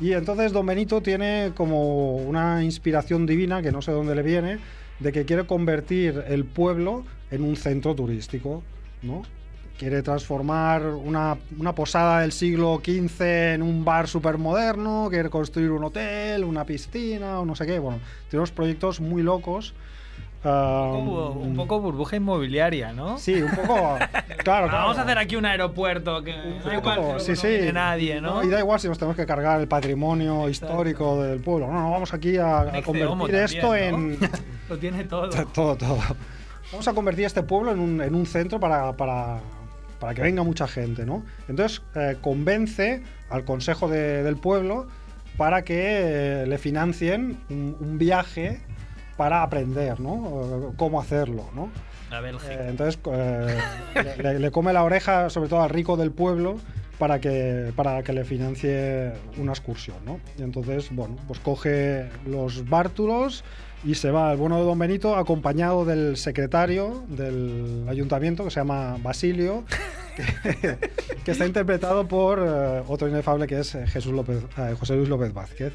Speaker 6: Y entonces Don Benito tiene como una inspiración divina, que no sé dónde le viene, de que quiere convertir el pueblo en un centro turístico, ¿no? Quiere transformar una, una posada del siglo XV en un bar supermoderno, quiere construir un hotel, una piscina o no sé qué. Bueno, tiene unos proyectos muy locos. ah,
Speaker 1: Hubo un poco burbuja inmobiliaria, ¿no?
Speaker 6: Sí, un poco. Claro, claro.
Speaker 1: Ah, Vamos a hacer aquí un aeropuerto que no hay
Speaker 6: Un poco, sí, sí.
Speaker 1: nadie, ¿no?
Speaker 6: Y da igual si nos tenemos que cargar el patrimonio histórico del pueblo. No, no, vamos aquí a, a
Speaker 1: Next Homo también,
Speaker 6: convertir esto en.
Speaker 1: ¿no? Lo tiene todo.
Speaker 6: todo, todo. Vamos a convertir este pueblo en un, en un centro para, para, para que venga mucha gente, ¿no? Entonces eh, convence al consejo de- del pueblo para que eh, le financien un, un viaje para aprender, ¿no? Eh, Cómo hacerlo, ¿no?
Speaker 1: La Bélgica.
Speaker 6: Eh, entonces eh, le, le come la oreja, sobre todo al rico del pueblo, para que, para que le financie una excursión, ¿no? Y entonces, bueno, pues coge los bártulos y se va al bueno de Don Benito acompañado del secretario del ayuntamiento, que se llama Basilio, que, que está interpretado por eh, otro inefable que es eh, Jesús López, eh, José Luis López Vázquez.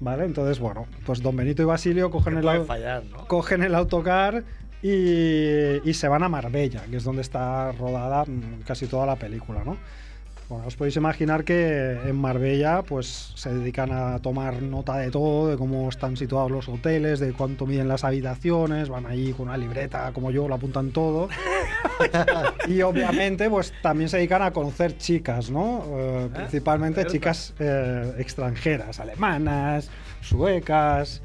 Speaker 6: ¿Vale? Entonces, bueno, pues Don Benito y Basilio cogen el...
Speaker 2: Puede
Speaker 6: au-
Speaker 2: fallar, ¿no?
Speaker 6: cogen el autocar y, y se van a Marbella, que es donde está rodada mm, casi toda la película, ¿no? Bueno, os podéis imaginar que en Marbella pues se dedican a tomar nota de todo, de cómo están situados los hoteles, de cuánto miden las habitaciones, van ahí con una libreta como yo, lo apuntan todo. y obviamente pues también se dedican a conocer chicas, ¿no? Eh, principalmente chicas eh, extranjeras, alemanas, suecas,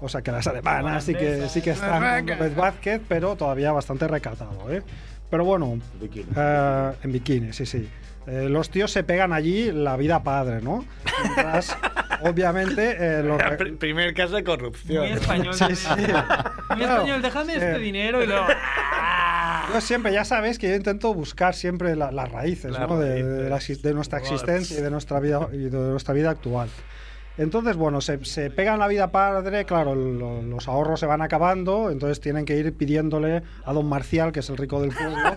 Speaker 6: o sea que las alemanas sí que, sí que están con López Vázquez, pero todavía bastante recatado, ¿eh? Pero bueno, eh, en bikini, sí, sí. Eh, los tíos se pegan allí la vida padre, ¿no? Mientras, obviamente, eh, los...
Speaker 2: Era
Speaker 6: re-
Speaker 2: pr- primer caso de corrupción.
Speaker 1: Muy español.
Speaker 6: Sí, sí.
Speaker 1: Muy español, déjame este
Speaker 6: Eh.
Speaker 1: dinero y luego.
Speaker 2: Ah.
Speaker 6: Yo siempre, ya sabéis que yo intento buscar siempre la- las raíces,
Speaker 2: Las
Speaker 6: ¿no? De, de
Speaker 2: raíces.
Speaker 6: la exis- de nuestra
Speaker 2: Buah,
Speaker 6: existencia y de nuestra vida, y de nuestra vida actual. Entonces, bueno, se, se pegan la vida padre, claro, lo- los ahorros se van acabando, entonces tienen que ir pidiéndole a don Marcial, que es el rico del pueblo,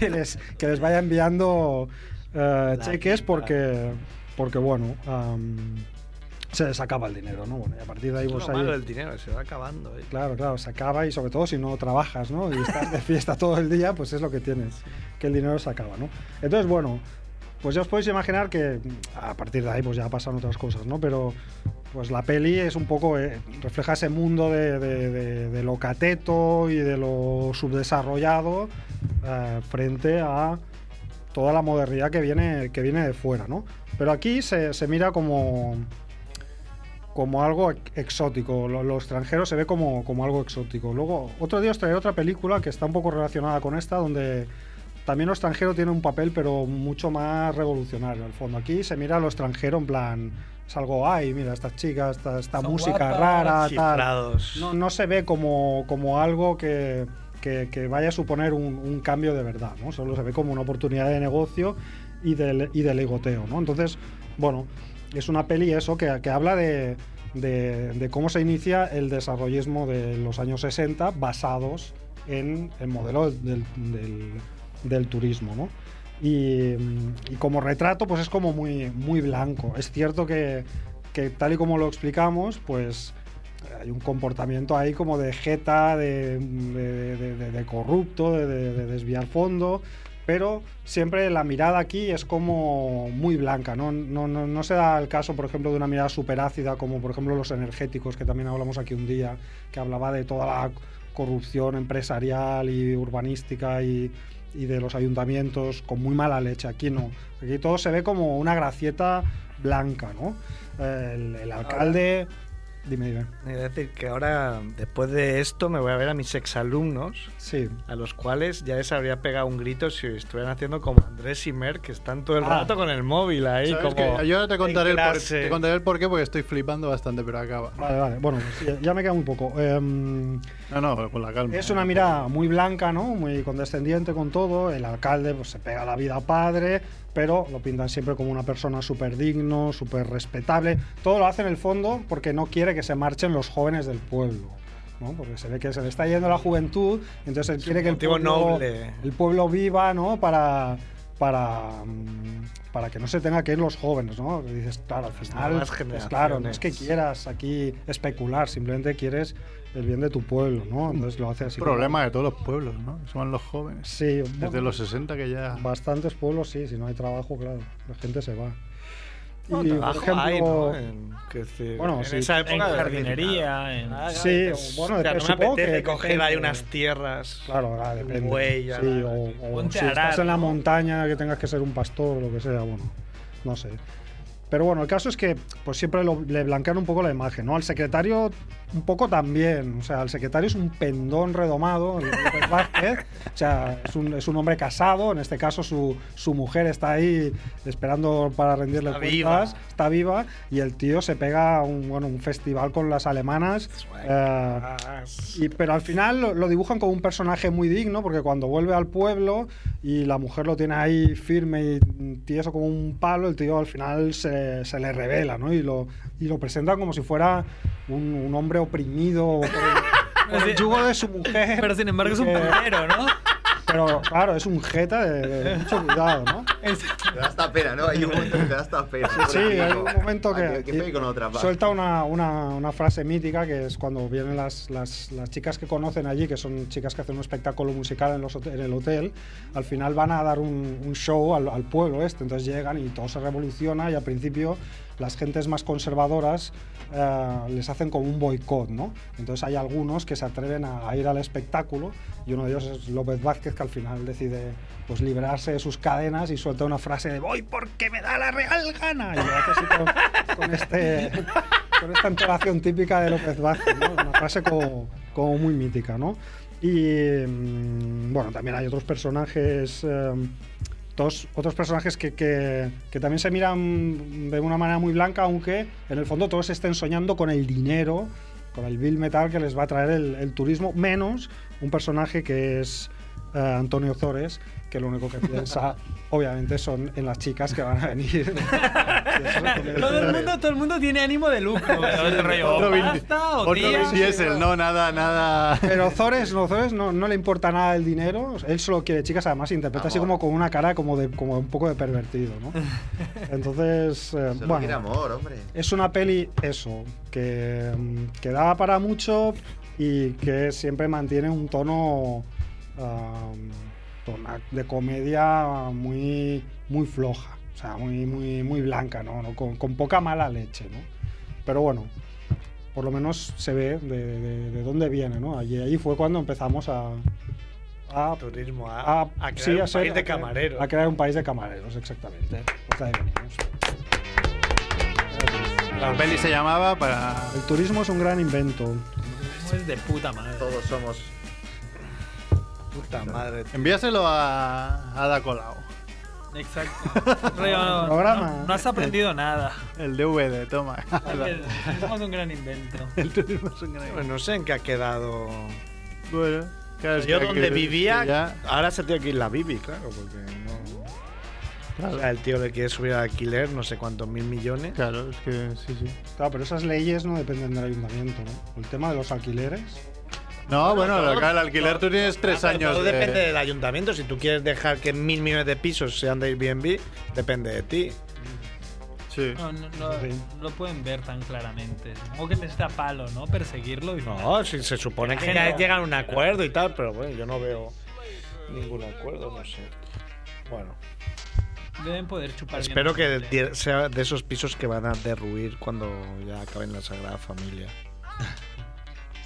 Speaker 6: que, les, que les vaya enviando eh, cheques porque, porque bueno, am, se les acaba el dinero, ¿no? Bueno, y a partir de ahí
Speaker 2: Lo
Speaker 6: vos
Speaker 2: malo
Speaker 6: ahí-
Speaker 2: del dinero, se va acabando. ¿eh?
Speaker 6: Claro, claro, se acaba y sobre todo si no trabajas, ¿no? Y estás de fiesta todo el día, pues es lo que tienes, que el dinero se acaba, ¿no? Entonces, bueno, pues ya os podéis imaginar que mm, a partir de ahí pues ya pasan otras cosas, ¿no? Pero pues la peli es un poco, eh, refleja ese mundo de, de- de- de lo cateto y de lo subdesarrollado eh, frente a toda la modernidad que viene, que viene de fuera, ¿no? Pero aquí se, se mira como, como algo ex- exótico. Lo, lo extranjero se ve como, como algo exótico. Luego, otro día os traeré otra película que está un poco relacionada con esta, donde también lo extranjero tiene un papel, pero mucho más revolucionario, al fondo. Aquí se mira a lo extranjero en plan, Es algo, ay, mira, estas chicas, esta, esta
Speaker 2: Son
Speaker 6: música
Speaker 2: guapas,
Speaker 6: rara, tal.
Speaker 2: chiflados.
Speaker 6: No, no se ve como, como algo que, que- que vaya a suponer un, un cambio de verdad, ¿no? Solo se ve como una oportunidad de negocio y de, y de ligoteo, ¿no? Entonces, bueno, es una peli eso que, que habla de, de- de cómo se inicia el desarrollismo de los años 60 basados en el modelo del, del- del turismo, ¿no? Y, mm, y como retrato, pues es como muy, muy blanco. Es cierto que, que tal y como lo explicamos, pues hay un comportamiento ahí como de jeta, de, de- de- de- de corrupto, de, de- de desviar fondo, pero siempre la mirada aquí es como muy blanca, ¿no? No, no, no se da el caso, por ejemplo, de una mirada súper ácida, como por ejemplo los energéticos, que también hablamos aquí un día, que hablaba de toda la corrupción empresarial y urbanística y, y de los ayuntamientos con muy mala leche. Aquí no. Aquí todo se ve como una gracieta blanca, ¿no? El, el alcalde... Dime, dime.
Speaker 2: Es decir, que ahora, después de esto, me voy a ver a mis exalumnos,
Speaker 6: Sí.
Speaker 2: a los cuales ya les habría pegado un grito si estuvieran haciendo como Andrés y Mer, que están todo el
Speaker 6: Ah.
Speaker 2: rato con el móvil ahí.
Speaker 4: ¿Sabes
Speaker 2: como
Speaker 4: qué? Yo ahora te contaré,
Speaker 2: en
Speaker 4: el por,
Speaker 2: clase.
Speaker 4: te contaré el porqué porque estoy flipando bastante, pero acaba.
Speaker 6: Vale, vale. Bueno, pues ya- ya me queda muy poco. Em,
Speaker 4: No, no, con la calma.
Speaker 6: es una mirada muy blanca, ¿no? Muy condescendiente con todo. El alcalde pues, se pega la vida a padre, pero lo pintan siempre como una persona súper digno, súper respetable. Todo lo hace en el fondo porque no quiere que se marchen los jóvenes del pueblo. ¿no? Porque se ve que se le está yendo la juventud, entonces él quiere que el
Speaker 2: motivo
Speaker 6: pueblo,
Speaker 2: noble.
Speaker 6: el pueblo viva, ¿no? Para, para, mm, para que no se tenga que ir los jóvenes, ¿no? Y dices, claro, al final,
Speaker 2: nuevas
Speaker 6: pues, claro, no es que
Speaker 2: generaciones.
Speaker 6: quieras aquí especular, simplemente quieres el bien de tu pueblo, ¿no? Entonces lo hace así. como-
Speaker 4: problema de todos los pueblos, ¿no? Son los jóvenes.
Speaker 6: Sí,
Speaker 4: Desde
Speaker 6: bueno,
Speaker 4: los 60 que ya...
Speaker 6: bastantes pueblos sí, si no hay trabajo, claro, la gente se va.
Speaker 2: No,
Speaker 6: Y,
Speaker 2: trabajo
Speaker 6: por ejemplo,
Speaker 2: hay, ¿no? Eh, En, que decir,
Speaker 6: bueno,
Speaker 2: en
Speaker 6: sí,
Speaker 2: esa
Speaker 1: En
Speaker 2: época.
Speaker 1: jardinería, en...
Speaker 2: Ah,
Speaker 6: Sí,
Speaker 2: claro,
Speaker 6: o bueno,
Speaker 2: o sea,
Speaker 6: depende,
Speaker 2: no me
Speaker 6: supongo
Speaker 2: apetece
Speaker 6: que
Speaker 2: coger
Speaker 6: depende.
Speaker 2: ahí unas tierras.
Speaker 6: claro, ah, depende.
Speaker 2: buey, ya,
Speaker 6: Sí,
Speaker 2: la-
Speaker 6: o- o
Speaker 1: Ponte
Speaker 6: si
Speaker 1: a arar,
Speaker 6: estás en la
Speaker 1: ¿no?
Speaker 6: montaña que tengas que ser un pastor o lo que sea, bueno, no sé. Pero bueno, el caso es que pues siempre lo- le blanquean un poco la imagen, ¿no? Al secretario un poco también, o sea, el secretario es un pendón redomado, el López Vázquez, o sea, es un, es un hombre casado, en este caso su, su mujer está ahí esperando para rendirle
Speaker 2: Está
Speaker 6: cuentas,
Speaker 2: viva.
Speaker 6: está viva, y el tío se pega un, bueno, un festival con las alemanas. eh, y- pero al final lo, lo dibujan como un personaje muy digno, porque cuando vuelve al pueblo y la mujer lo tiene ahí firme y tieso como un palo, el tío al final se, se le revela, ¿no? Y lo, y lo presentan como si fuera un, un hombre oprimido por el, por el yugo de su mujer.
Speaker 1: Pero sin embargo es un
Speaker 6: Eh,
Speaker 1: puntero, ¿no?
Speaker 6: Pero claro, es un jeta de, de mucho cuidado, ¿no?
Speaker 1: Es-
Speaker 3: Te da hasta pena, ¿no? Hay un momento que te da hasta pena.
Speaker 6: Sí,
Speaker 3: Pobre
Speaker 6: hay
Speaker 3: tío.
Speaker 6: un momento
Speaker 3: Ah,
Speaker 6: que,
Speaker 3: ¿Qué peli con otra? va.
Speaker 6: suelta una, una, una frase mítica que es cuando vienen las, las, las chicas que conocen allí, que son chicas que hacen un espectáculo musical en, los, hote- en el hotel, al final van a dar un, un show al, al pueblo este, entonces llegan y todo se revoluciona y al principio las gentes más conservadoras eh, les hacen como un boicot, ¿no? Entonces hay algunos que se atreven a, a ir al espectáculo y uno de ellos es López Vázquez que al final decide pues liberarse de sus cadenas y suelta una frase de voy porque me da la real gana y lo hace así con, con este con esta entonación típica de López Vázquez, ¿no? Una frase como, como muy mítica, ¿no? Y mm, bueno, también hay otros personajes em, dos otros personajes que, que- que también se miran de una manera muy blanca, aunque en el fondo todos estén soñando con el dinero, con el bill metal que les va a traer el, el turismo, menos un personaje que es eh, Antonio Zores, que lo único que piensa, obviamente, son en las chicas que van a venir.
Speaker 1: Todo el mundo, todo el mundo tiene ánimo de lucro. Todo el rollo,
Speaker 4: Otro
Speaker 1: o
Speaker 4: Vin-
Speaker 1: pasta, o
Speaker 4: otro
Speaker 1: tía.
Speaker 4: Vin Diesel, no, nada, nada...
Speaker 6: Pero Zores, no, Zores no, no le importa nada el dinero. Él solo quiere chicas, además interpreta así como
Speaker 3: Amor.
Speaker 6: con una cara como de como un poco de pervertido, ¿no? Entonces, eh,
Speaker 3: Solo quiere
Speaker 6: bueno,
Speaker 3: amor, hombre.
Speaker 6: es una peli eso, que, mm, que da para mucho y que siempre mantiene un tono um, tona- de comedia muy, muy floja, o sea, muy, muy, muy blanca, ¿no? ¿no? Con, con poca mala leche, ¿no? Pero bueno, por lo menos se ve de, de- de dónde viene, ¿no? Allí, allí fue cuando empezamos a... a
Speaker 2: Turismo a,
Speaker 6: a-
Speaker 2: a crear
Speaker 6: Ah, sí,
Speaker 2: un
Speaker 6: a ser-
Speaker 2: país
Speaker 6: a
Speaker 2: de
Speaker 6: crear-
Speaker 2: camareros.
Speaker 6: A crear un país de camareros, exactamente. Pues ahí venimos.
Speaker 4: La peli se llamaba para...
Speaker 6: El turismo es un gran invento.
Speaker 1: Es de puta madre.
Speaker 3: Todos somos.
Speaker 2: Puta madre.
Speaker 4: Envíaselo a Ada Colau.
Speaker 1: Exacto. Rayo, no,
Speaker 4: Programa.
Speaker 1: no- no has aprendido nada.
Speaker 4: El DVD, toma.
Speaker 1: Hemos un gran invento.
Speaker 2: Pues no sé en qué ha quedado.
Speaker 4: Bueno, claro, es
Speaker 2: Yo
Speaker 4: que-
Speaker 2: donde
Speaker 4: que
Speaker 2: vivía,
Speaker 4: ya-
Speaker 2: ahora se tiene que ir la Bibi, claro, porque no.
Speaker 4: Claro.
Speaker 2: O sea, el tío le quiere subir al alquiler no sé cuántos mil millones.
Speaker 4: Claro, es que sí, sí.
Speaker 6: Claro, pero esas leyes no dependen del ayuntamiento, ¿no? El tema de los alquileres.
Speaker 4: No, bueno,
Speaker 2: todo-
Speaker 4: acá el alquiler tú tienes tres
Speaker 2: Ah, pero
Speaker 4: años.
Speaker 2: Todo
Speaker 4: de-
Speaker 2: depende del ayuntamiento. Si tú quieres dejar que mil millones de pisos sean de Airbnb, depende de ti.
Speaker 4: Sí.
Speaker 2: Ah,
Speaker 1: No, no, no-
Speaker 6: Sí.
Speaker 1: no lo pueden ver tan claramente. Supongo que necesita palo, ¿no? Perseguirlo. Y...
Speaker 2: No, si se supone que
Speaker 1: Ajeno.
Speaker 2: ya llegan a un acuerdo y tal, pero bueno, yo no veo ningún acuerdo, no sé. Bueno,
Speaker 1: Deben poder chupar. bien
Speaker 2: espero
Speaker 1: la
Speaker 2: que
Speaker 1: gente.
Speaker 2: de- sea de esos pisos que van a derruir cuando ya acaben la Sagrada Familia.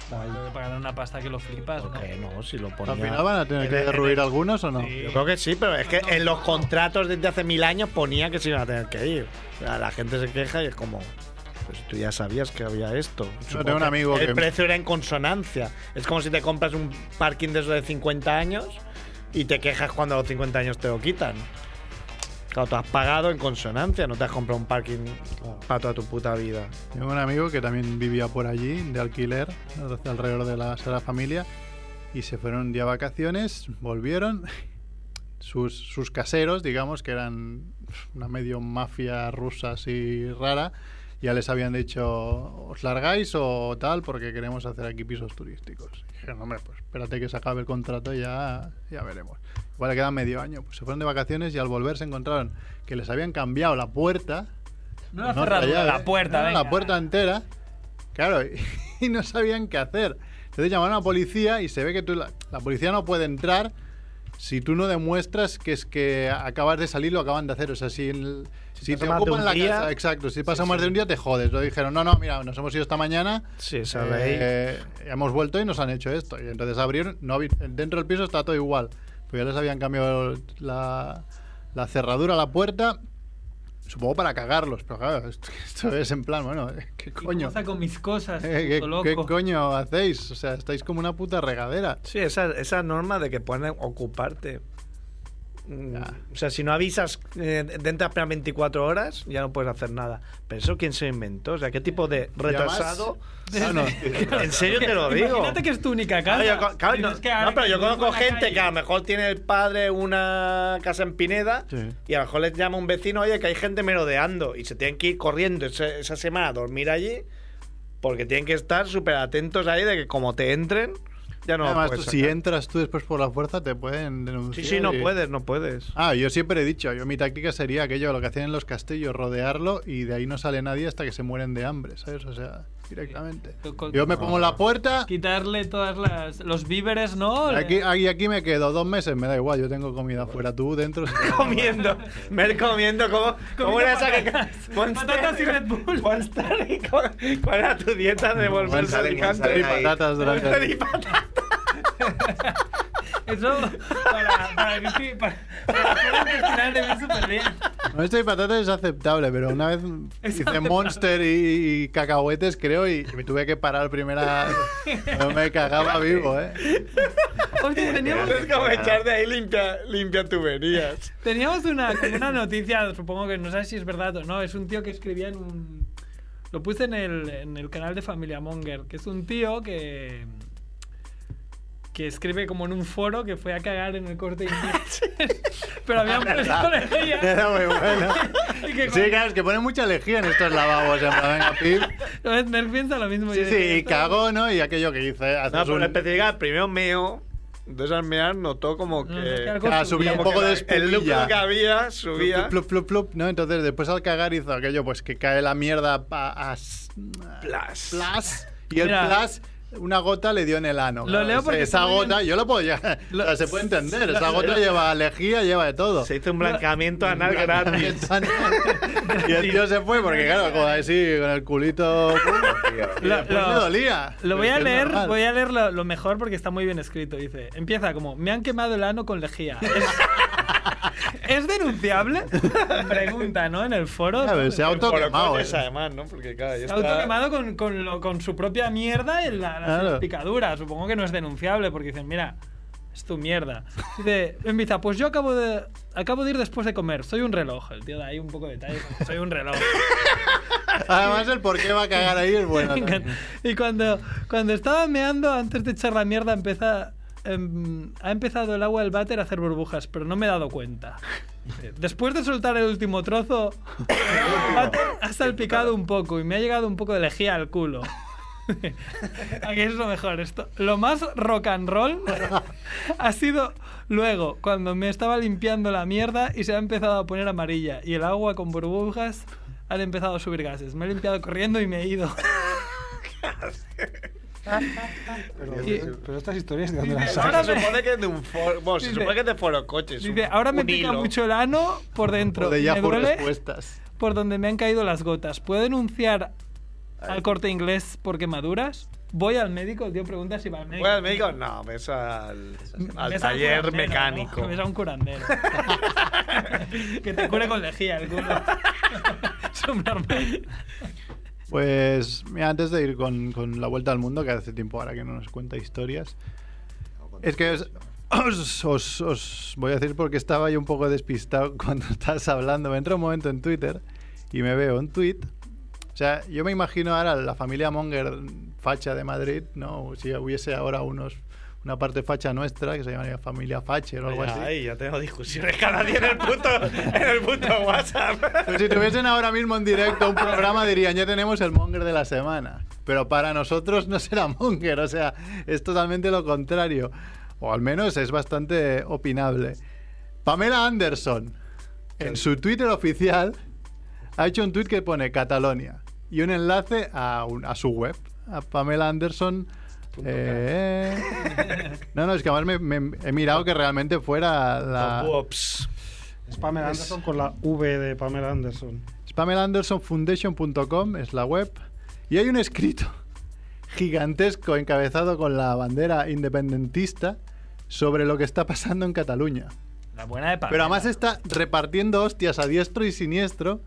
Speaker 1: Creo que pagarán una pasta que lo flipas, ¿no?
Speaker 2: Porque Ah, no, si lo
Speaker 4: ¿Al
Speaker 2: ponen.
Speaker 4: final van a tener que derruir algunos o no?
Speaker 2: Yo creo que sí, pero es que en los contratos desde hace mil años ponía que se iban a tener que ir. O sea, la gente se queja y es como, pues tú ya sabías que había esto. Supongo
Speaker 4: tengo un
Speaker 2: que
Speaker 4: amigo
Speaker 2: El
Speaker 4: que-
Speaker 2: precio era en consonancia. Es como si te compras un parking de esos de 50 años y te quejas cuando a los 50 años te lo quitan. Claro, tú has pagado en consonancia, no te has comprado un parking para toda tu puta vida.
Speaker 4: Tengo un amigo que también vivía por allí, de alquiler, al- alrededor de la Sagrada Familia, y se fueron un día a vacaciones, volvieron. Sus, sus caseros, digamos, que eran una medio mafia rusa así rara, ya les habían dicho, os largáis o tal, porque queremos hacer aquí pisos turísticos. Y dijeron, hombre, pues espérate que se acabe el contrato y ya, ya veremos. Igual le queda medio año. Pues se fueron de vacaciones y al volver se encontraron que les habían cambiado la puerta
Speaker 1: No la
Speaker 4: no,
Speaker 1: cerradura,
Speaker 4: rayada,
Speaker 1: la
Speaker 4: ¿eh?
Speaker 1: puerta,
Speaker 4: No,
Speaker 1: venga.
Speaker 4: La puerta entera. Claro, y, y no sabían qué hacer. Entonces llamaron a la policía y se ve que tú, la, la policía no puede entrar si tú no demuestras que es que acabas de salir, lo acaban de hacer. O sea, si, el- si
Speaker 2: pasa
Speaker 4: te
Speaker 2: más de
Speaker 4: ocupan
Speaker 2: un
Speaker 4: la
Speaker 2: día-
Speaker 4: casa, exacto, si pasa
Speaker 2: Sí,
Speaker 4: más de
Speaker 2: sí.
Speaker 4: un día te jodes. Lo dijeron, no, no, mira, nos hemos ido esta mañana,
Speaker 2: Sí, esa ley.
Speaker 4: eh, hemos vuelto y nos han hecho esto. Y entonces abrieron, no había- dentro del piso está todo igual. Pues ya les habían cambiado la, la cerradura a la puerta, supongo para cagarlos, pero claro, esto, esto es en plan, bueno, ¿eh? ¿qué
Speaker 1: ¿Y
Speaker 4: coño?
Speaker 1: cómo saco mis cosas?
Speaker 4: Eh, ¿Qué,
Speaker 1: puto
Speaker 4: qué
Speaker 1: loco?
Speaker 4: coño hacéis? O sea, estáis como una puta regadera.
Speaker 2: Sí, esa, esa norma de que pueden ocuparte. Mm,
Speaker 4: Ya.
Speaker 2: O sea, si no avisas eh, dentro de apenas 24 horas, ya no puedes hacer nada. Pero eso, ¿quién se inventó? O sea, ¿qué tipo de
Speaker 4: Y además-
Speaker 2: retrasado?
Speaker 4: Ah, no,
Speaker 2: En serio te lo digo.
Speaker 1: Imagínate que es tu única casa.
Speaker 2: Claro, yo co- claro, no,
Speaker 1: Tienes que ahora
Speaker 2: no, pero
Speaker 1: que
Speaker 2: yo
Speaker 1: vivo
Speaker 2: conozco
Speaker 1: en la
Speaker 2: gente
Speaker 1: calle.
Speaker 2: que a lo mejor tiene el padre una casa en Pineda
Speaker 4: Sí.
Speaker 2: y a lo mejor les llama un vecino, oye, que hay gente merodeando y se tienen que ir corriendo ese- esa semana a dormir allí porque tienen que estar súper atentos ahí de que como te entren, ya no
Speaker 4: Además,
Speaker 2: puedes
Speaker 4: tú, si
Speaker 2: sacar.
Speaker 4: entras tú después por la fuerza, te pueden
Speaker 2: Sí,
Speaker 4: denunciar.
Speaker 2: sí, no
Speaker 4: y-
Speaker 2: puedes, no puedes.
Speaker 4: Ah, yo siempre he dicho, yo mi táctica sería aquello, lo que hacían en los castillos, rodearlo y de ahí no sale nadie hasta que se mueren de hambre, ¿sabes? O sea, directamente.
Speaker 1: Tú con-
Speaker 4: Yo me pongo en la puerta,
Speaker 1: Quitarle todas las. Los víveres, ¿no?
Speaker 4: aquí, aquí, aquí me quedo dos meses, me da igual, yo tengo comida fuera, tú dentro.
Speaker 2: comiendo, me comiendo como, como era esa que
Speaker 1: patatas. Patatas y Red Bull.
Speaker 2: Monster y co- ¿Cuál era tu dieta de volverse
Speaker 3: Monster y
Speaker 2: alicante?
Speaker 4: Y
Speaker 3: Salen ahí.
Speaker 4: patatas durante
Speaker 2: Monster y patatas.
Speaker 1: Eso para, para el bici- para, para hacer un festival de bien súper bien.
Speaker 4: Monster y patatas es aceptable, pero una vez
Speaker 1: Es
Speaker 4: hice
Speaker 1: aceptable.
Speaker 4: Monster y, y cacahuetes, creo, y me tuve que parar primera... No me cagaba vivo, ¿eh?
Speaker 1: Hostia, teníamos,
Speaker 2: Es como echar de ahí limpia, limpia tuberías.
Speaker 1: teníamos una, como una noticia, supongo que no sé si es verdad o no. Es un tío que escribía en un. Lo puse en el, en el canal de Familia Monger, que es un tío que. que escribe como en un foro que fue a cagar en el corte inglés. Pero habían puesto la idea.
Speaker 4: Era muy bueno.
Speaker 1: Y que
Speaker 4: Ah, Sí, claro, es que ponen mucha lejía en estos lavabos. En plan, venga, pip.
Speaker 1: ¿Sabes? Merck piensa lo mismo.
Speaker 4: Sí,
Speaker 1: yo
Speaker 4: sí,
Speaker 1: digo,
Speaker 4: y
Speaker 1: esto-
Speaker 4: cagó, ¿no? Y aquello que dice,
Speaker 2: No,
Speaker 4: haces
Speaker 2: pero
Speaker 4: un-
Speaker 2: en especial, primero meo. Entonces al mear notó como
Speaker 1: No, es que
Speaker 2: que.
Speaker 1: algo
Speaker 4: Ah, subía un poco
Speaker 2: la-
Speaker 4: de
Speaker 2: El
Speaker 4: espumilla.
Speaker 2: lucro que había subía.
Speaker 4: Plup, plup, plup, plup, ¿no? Entonces después al cagar hizo aquello, pues que cae la mierda a, a-
Speaker 2: Plas.
Speaker 4: plas, y el
Speaker 1: Mira.
Speaker 4: plas, una gota le dio en el ano.
Speaker 1: Lo
Speaker 4: Claro,
Speaker 1: leo
Speaker 4: ese-
Speaker 1: porque
Speaker 4: Esa
Speaker 1: está muy
Speaker 4: gota,
Speaker 1: bien.
Speaker 4: yo lo puedo ya, o sea, se puede entender, esa gota lleva lejía, lleva de todo.
Speaker 2: Se hizo un blanqueamiento anal gratis.
Speaker 4: y el tío se fue porque claro, como así, con el culito... y
Speaker 1: Lo-
Speaker 4: después
Speaker 1: lo-
Speaker 4: le dolía.
Speaker 1: Lo voy
Speaker 4: Es
Speaker 1: a
Speaker 4: que es
Speaker 1: leer,
Speaker 4: normal.
Speaker 1: voy a leer lo, lo mejor porque está muy bien escrito. Dice, empieza como, me han quemado el ano con lejía. ¿Es, ¿es denunciable? Pregunta, ¿no? En el foro.
Speaker 4: A ver, se ha autoquemado.
Speaker 2: Forocoches,
Speaker 4: eh.
Speaker 2: además, ¿no? Porque claro, ya
Speaker 1: Se ha
Speaker 2: está-
Speaker 1: autoquemado con, con lo- con su propia mierda en la, la
Speaker 4: Claro.
Speaker 1: picadura. Supongo que no es denunciable porque dicen, mira, es tu mierda. Dice, empieza, pues yo acabo de Acabo de ir después de comer. Soy un reloj. El tío da ahí un poco de detalle. Soy un reloj.
Speaker 4: Además, el por qué va a cagar ahí es bueno.
Speaker 1: Me
Speaker 4: también.
Speaker 1: encanta. Y cuando, cuando estaba meando, antes de echar la mierda, empieza, em, ha empezado el agua del váter a hacer burbujas, pero no me he dado cuenta. Eh, Después de soltar el último trozo, ha, ha salpicado un poco y me ha llegado un poco de lejía al culo. Aquí es lo mejor esto. Lo más rock and roll ha sido luego, cuando me estaba limpiando la mierda y se ha empezado a poner amarilla y el agua con burbujas han empezado a subir gases. Me he limpiado corriendo y me he ido.
Speaker 6: Pero,
Speaker 1: Y-
Speaker 6: pero estas historias de dónde las
Speaker 1: Ahora
Speaker 6: sacas.
Speaker 2: Se
Speaker 1: me-
Speaker 2: supone que es de un foro. bueno, se
Speaker 1: Dice-
Speaker 2: supone que es de foro coches.
Speaker 1: Dice,
Speaker 2: un-
Speaker 1: ahora me
Speaker 2: un
Speaker 1: pica
Speaker 2: hilo".
Speaker 1: mucho el ano por dentro.
Speaker 4: O de ya
Speaker 1: me
Speaker 4: por
Speaker 1: duele
Speaker 4: respuestas.
Speaker 1: por donde me han caído las gotas. ¿Puedo denunciar al corte inglés por quemaduras? Voy al médico, el tío pregunta si va al médico.
Speaker 2: Bueno, me digo, no, ves al, al
Speaker 1: Ves a un
Speaker 2: taller
Speaker 1: curandero,
Speaker 2: mecánico.
Speaker 1: ¿no? Ves a un curandero. que te cure con lejía el culo. Subnormal.
Speaker 4: Pues mira, antes de ir con, con la vuelta al mundo, que hace tiempo ahora que no nos cuenta historias, es que os, os- os- os voy a decir porque estaba yo un poco despistado cuando estás hablando. Me entra un momento en Twitter y me veo un tweet. O sea, yo me imagino ahora la familia Monger facha de Madrid, ¿no? Si hubiese ahora unos una parte facha nuestra que se llamaría familia Facher o algo así.
Speaker 2: Ay, ya tengo discusiones cada día en el punto, en el punto WhatsApp.
Speaker 4: Pero si tuviesen ahora mismo en directo un programa, dirían, ya tenemos el monger de la semana. Pero para nosotros no será monger, o sea, es totalmente lo contrario. O al menos es bastante opinable. Pamela Anderson, en su Twitter oficial, ha hecho un tweet que pone Catalonia y un enlace a, un- a su web, a Pamela Anderson. eh, no, no, es que además me, me- he mirado que realmente fuera la,
Speaker 2: Ups.
Speaker 6: Es Pamela Anderson con la V de Pamela Anderson.
Speaker 4: Es PamelaAndersonFoundation.com es la web y hay un escrito gigantesco encabezado con la bandera independentista sobre lo que está pasando en Cataluña.
Speaker 1: La buena de Pamela.
Speaker 4: Pero además está repartiendo hostias a diestro y siniestro.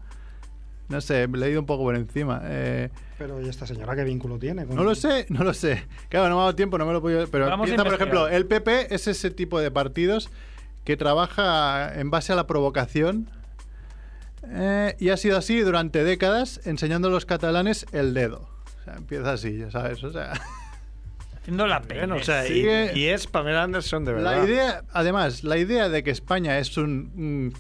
Speaker 4: No sé, me he leído un poco por encima. Eh,
Speaker 6: Pero ¿y esta señora qué vínculo tiene? con-
Speaker 4: no lo sé, no lo sé. Claro, no me ha dado tiempo, no me lo he podido... Pero
Speaker 1: Vamos a
Speaker 4: piensa, por
Speaker 1: investigar.
Speaker 4: ejemplo, el PP es ese tipo de partidos que trabaja en base a la provocación eh, y ha sido así durante décadas enseñando a los catalanes el dedo. O sea, empieza así, ya sabes. O sea,
Speaker 1: Haciendo la pena.
Speaker 2: Bueno, o sea, y,
Speaker 4: Sigue-
Speaker 2: y es Pamela Anderson de verdad.
Speaker 4: la idea, además, la idea de que España es un, un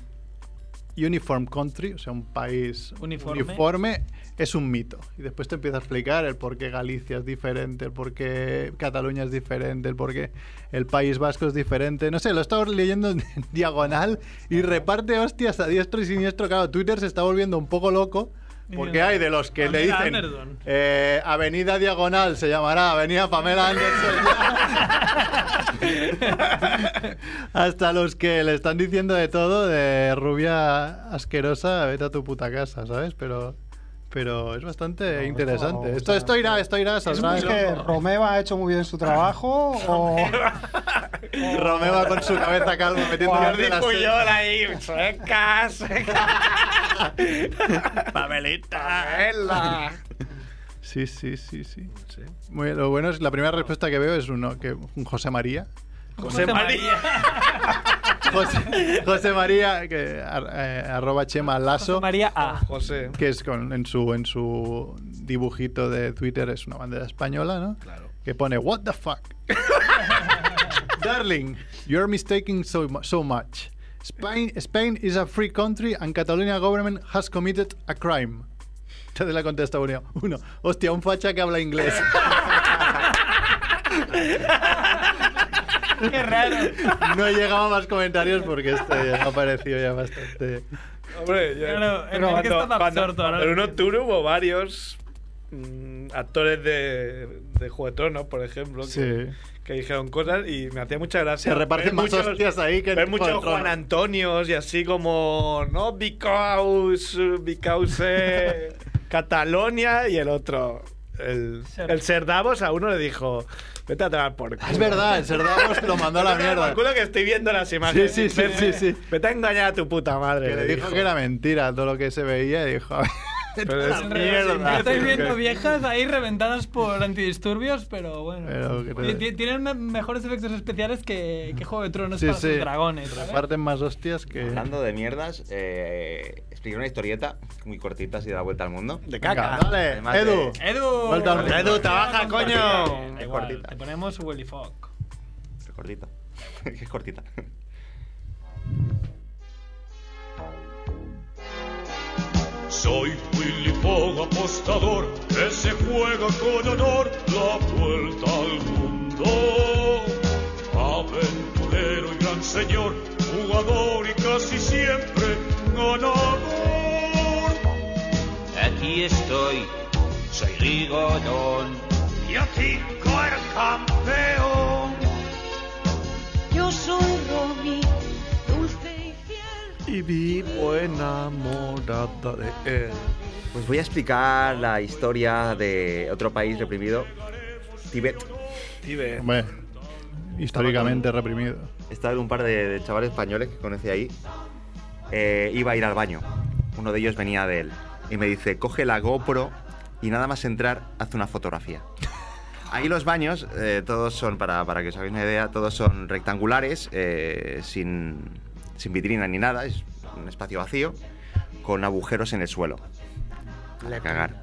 Speaker 4: uniform country, o sea, un país
Speaker 1: Uniforme.
Speaker 4: uniforme, es un mito. Y después te empieza a explicar el por qué Galicia es diferente, el por qué Cataluña es diferente, el por qué el País Vasco es diferente. No sé, lo estaba leyendo en diagonal y reparte hostias a diestro y siniestro. Claro, Twitter se está volviendo un poco loco. Porque hay de los que le
Speaker 1: Pamela
Speaker 4: dicen
Speaker 1: Anderson.
Speaker 4: eh, Avenida Diagonal se llamará Avenida Pamela Anderson. Hasta los que le están diciendo de todo, de rubia asquerosa, vete a tu puta casa, ¿sabes? Pero, pero es bastante
Speaker 6: No,
Speaker 4: interesante.
Speaker 6: no, o
Speaker 4: esto,
Speaker 6: sea,
Speaker 4: esto irá, esto irá, saldrá.
Speaker 6: ¿Es que Romeva ha hecho muy bien su trabajo o,
Speaker 4: Romeo va con su cabeza calma metiendo
Speaker 6: Jordi
Speaker 4: de las
Speaker 2: Puyol ahí, seca, seca. Pamelita.
Speaker 4: Sí, sí, sí, sí. Muy- lo bueno es la primera respuesta que veo es uno que un José María.
Speaker 2: José María.
Speaker 4: José, José María, que, ar- eh, arroba Chema Lasso.
Speaker 1: María A.
Speaker 2: José.
Speaker 4: que es con, en, su, en su dibujito de Twitter, es una bandera española, ¿no?
Speaker 2: Claro.
Speaker 4: Que pone, what the fuck? Darling, you're mistaking so, mu- so much. Spain, Spain is a free country and Catalonia government has committed a crime. Entonces le contesta uno, uno, hostia, un facha que habla inglés.
Speaker 1: Qué raro.
Speaker 4: No he llegado a más comentarios porque este ya me ha parecido ya bastante...
Speaker 2: Hombre, ya-
Speaker 1: Claro, el que estaba absorto, ahora
Speaker 2: pero
Speaker 1: lo
Speaker 2: en Octubre hubo varios mm, actores de, de Juego de Tronos, por ejemplo, que,
Speaker 4: Sí.
Speaker 2: que dijeron cosas y me hacía mucha gracia.
Speaker 4: Se reparten
Speaker 2: ver
Speaker 4: más hostias ahí que en
Speaker 2: ver
Speaker 4: Juego de
Speaker 2: muchos
Speaker 4: Tronos.
Speaker 2: Juan Antonios y así como, no, because, because eh, Catalonia y el otro. El,
Speaker 1: Ser-
Speaker 2: el Ser Davos a uno le dijo, vete a tomar por culo.
Speaker 4: Es verdad, el Cerdavos lo mandó a la
Speaker 2: Vete tomar
Speaker 4: mierda.
Speaker 2: por culo que estoy viendo las imágenes.
Speaker 4: sí, sí,
Speaker 2: Vete-
Speaker 4: sí, sí.
Speaker 2: Vete a engañar a tu puta madre.
Speaker 4: Que le dijo que era mentira todo lo que se veía y dijo, a ver,
Speaker 2: Pero es
Speaker 1: Yo
Speaker 2: mierda.
Speaker 1: Estoy viendo viejas ahí reventadas por antidisturbios, pero bueno.
Speaker 4: Pero que-
Speaker 1: Oye, ti- Tienen me- mejores efectos especiales que, que Juego de Tronos
Speaker 4: Sí,
Speaker 1: para sus
Speaker 4: sí.
Speaker 1: dragones. ¿sabes?
Speaker 4: Reparten más hostias que.
Speaker 3: Hablando de mierdas, eh, expliqué una historieta muy cortita así de la vuelta al mundo.
Speaker 2: De
Speaker 4: Venga,
Speaker 2: caca.
Speaker 4: dale,
Speaker 3: Además de-
Speaker 4: Edu.
Speaker 1: Edu,
Speaker 4: Vuelta al-
Speaker 2: Edu,
Speaker 1: Cortita,
Speaker 2: trabaja, coño.
Speaker 1: eh, da
Speaker 3: Es
Speaker 1: igual,
Speaker 3: cortita.
Speaker 1: Te ponemos Willy Fogg.
Speaker 3: Es cortita. es cortita.
Speaker 11: Soy Willy Fogg, apostador, que se juega con honor la vuelta al mundo. Aventurero y gran señor, jugador y casi siempre ganador.
Speaker 12: Aquí estoy, soy Rigodón.
Speaker 11: Y a ti, el campeón.
Speaker 13: Yo soy Romy, dulce y fiel.
Speaker 4: Y vivo enamorada de él.
Speaker 3: Pues voy a explicar la historia de otro país reprimido, Tíbet.
Speaker 2: Tíbet.
Speaker 4: Hombre, históricamente reprimido.
Speaker 3: Estaba un par de, de chavales españoles que conocí ahí. Eh, iba a ir al baño. Uno de ellos venía de él. Y me dice, coge la GoPro y nada más entrar, haz una fotografía. Ahí los baños, eh, todos son, para, para que os hagáis una idea, todos son rectangulares, eh, sin, sin vitrina ni nada, es un espacio vacío, con agujeros en el suelo. A cagar.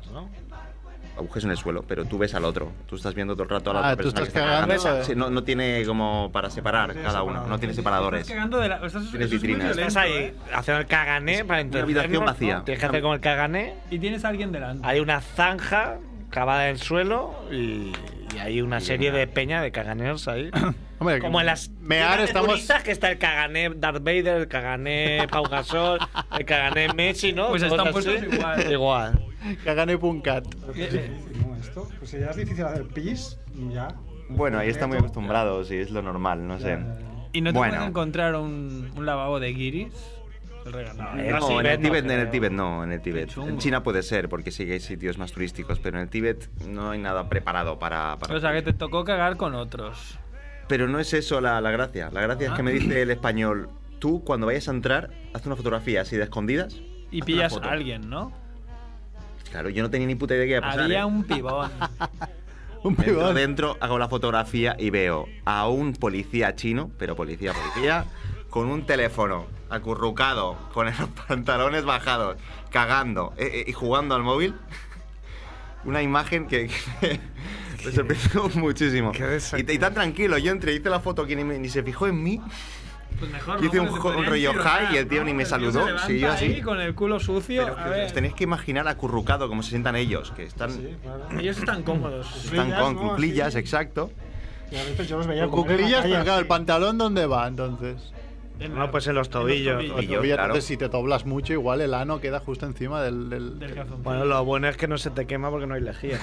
Speaker 3: Agujeros en el suelo, pero tú ves al otro. Tú estás viendo todo el rato a la
Speaker 4: Ah,
Speaker 3: otra
Speaker 4: tú
Speaker 3: persona
Speaker 4: estás
Speaker 3: que está
Speaker 4: cagando, eh.
Speaker 3: Sí, no, no tiene como para separar cada uno, no tiene separadores.
Speaker 1: Estás cagando de la. Estás,
Speaker 3: Tienes
Speaker 1: eso es muy
Speaker 3: vitrinas.
Speaker 1: violento, ¿eh?
Speaker 2: Estás ahí haciendo el cagané para entender.
Speaker 3: habitación vacía.
Speaker 2: Tienes que hacer como el cagané.
Speaker 1: Y tienes a alguien delante.
Speaker 2: Hay una zanja cavada en el suelo y, y hay una serie de peña de caganeros ahí.
Speaker 4: Hombre,
Speaker 2: Como en las
Speaker 4: Mear
Speaker 2: tiendas de
Speaker 4: estamos.
Speaker 2: turistas que está el cagané Darth Vader, el cagané Pau Gasol, el cagané Messi, ¿no?
Speaker 1: Pues están
Speaker 2: Cosas así.
Speaker 1: puestos igual.
Speaker 2: Igual.
Speaker 4: Cagané Puncat.
Speaker 1: Eh,
Speaker 6: No, esto. Pues si ya es difícil hacer pis, ya.
Speaker 3: Bueno, ahí están muy acostumbrados y es lo normal, no sé.
Speaker 1: ¿Y no te
Speaker 3: Bueno.
Speaker 1: pueden encontrar un, un lavabo de guiris? El regalo.
Speaker 3: No, en el Tíbet, en el Tíbet no, en el Tíbet.
Speaker 1: chungo.
Speaker 3: En China puede ser, porque sí que hay sitios más turísticos, pero en el Tíbet no hay nada preparado para... para-
Speaker 1: O sea, que te tocó cagar con otros.
Speaker 3: Pero no es eso la, la gracia. La gracia es que me dice el español, tú cuando vayas a entrar, haz una fotografía así de escondidas.
Speaker 1: Y
Speaker 3: haz una
Speaker 1: pillas
Speaker 3: foto".
Speaker 1: a alguien, ¿no?
Speaker 3: Claro, yo no tenía ni puta idea que iba a pasar.
Speaker 1: Había
Speaker 3: ¿eh?
Speaker 1: un pibón.
Speaker 4: Un
Speaker 3: Entro dentro, hago la fotografía y veo a un policía chino, pero policía, policía, con un teléfono acurrucado, con los pantalones bajados, cagando eh, eh, y jugando al móvil. Una imagen que, que me sorprendió muchísimo. Y, t- y tan tranquilo, yo entré, hice la foto, que ni, me- ni se fijó en mí.
Speaker 1: Pues mejor.
Speaker 3: Yo hice
Speaker 1: ¿no?
Speaker 3: un
Speaker 1: Porque
Speaker 3: jo-
Speaker 1: se
Speaker 3: un
Speaker 1: podrían
Speaker 3: rollo
Speaker 1: tirotear,
Speaker 3: high y el tío
Speaker 1: ¿no?
Speaker 3: ni me
Speaker 1: tío se
Speaker 3: saludó,
Speaker 1: levanta
Speaker 3: sí, yo así.
Speaker 1: ahí con el culo sucio.
Speaker 3: Pero
Speaker 1: a
Speaker 3: que
Speaker 1: ver,
Speaker 3: os tenéis que imaginar acurrucado, como se sientan ellos, que están,
Speaker 1: Ellos están cómodos.
Speaker 3: están
Speaker 6: Cuclillas,
Speaker 3: con
Speaker 6: ¿no? Así.
Speaker 3: cuclillas, exacto.
Speaker 6: Y a veces yo los veía
Speaker 4: Con
Speaker 6: comer en la
Speaker 4: cuclillas,
Speaker 6: calle,
Speaker 4: pero claro,
Speaker 6: así.
Speaker 4: el pantalón, ¿dónde va entonces?
Speaker 2: No, pues en los tobillos.
Speaker 3: tobillos.
Speaker 4: Porque
Speaker 3: yo,
Speaker 4: obviamente,
Speaker 3: claro.
Speaker 4: si te doblas mucho, igual el ano queda justo encima del. del-
Speaker 1: Del
Speaker 2: Bueno, lo bueno es que no se te quema porque no hay lejía.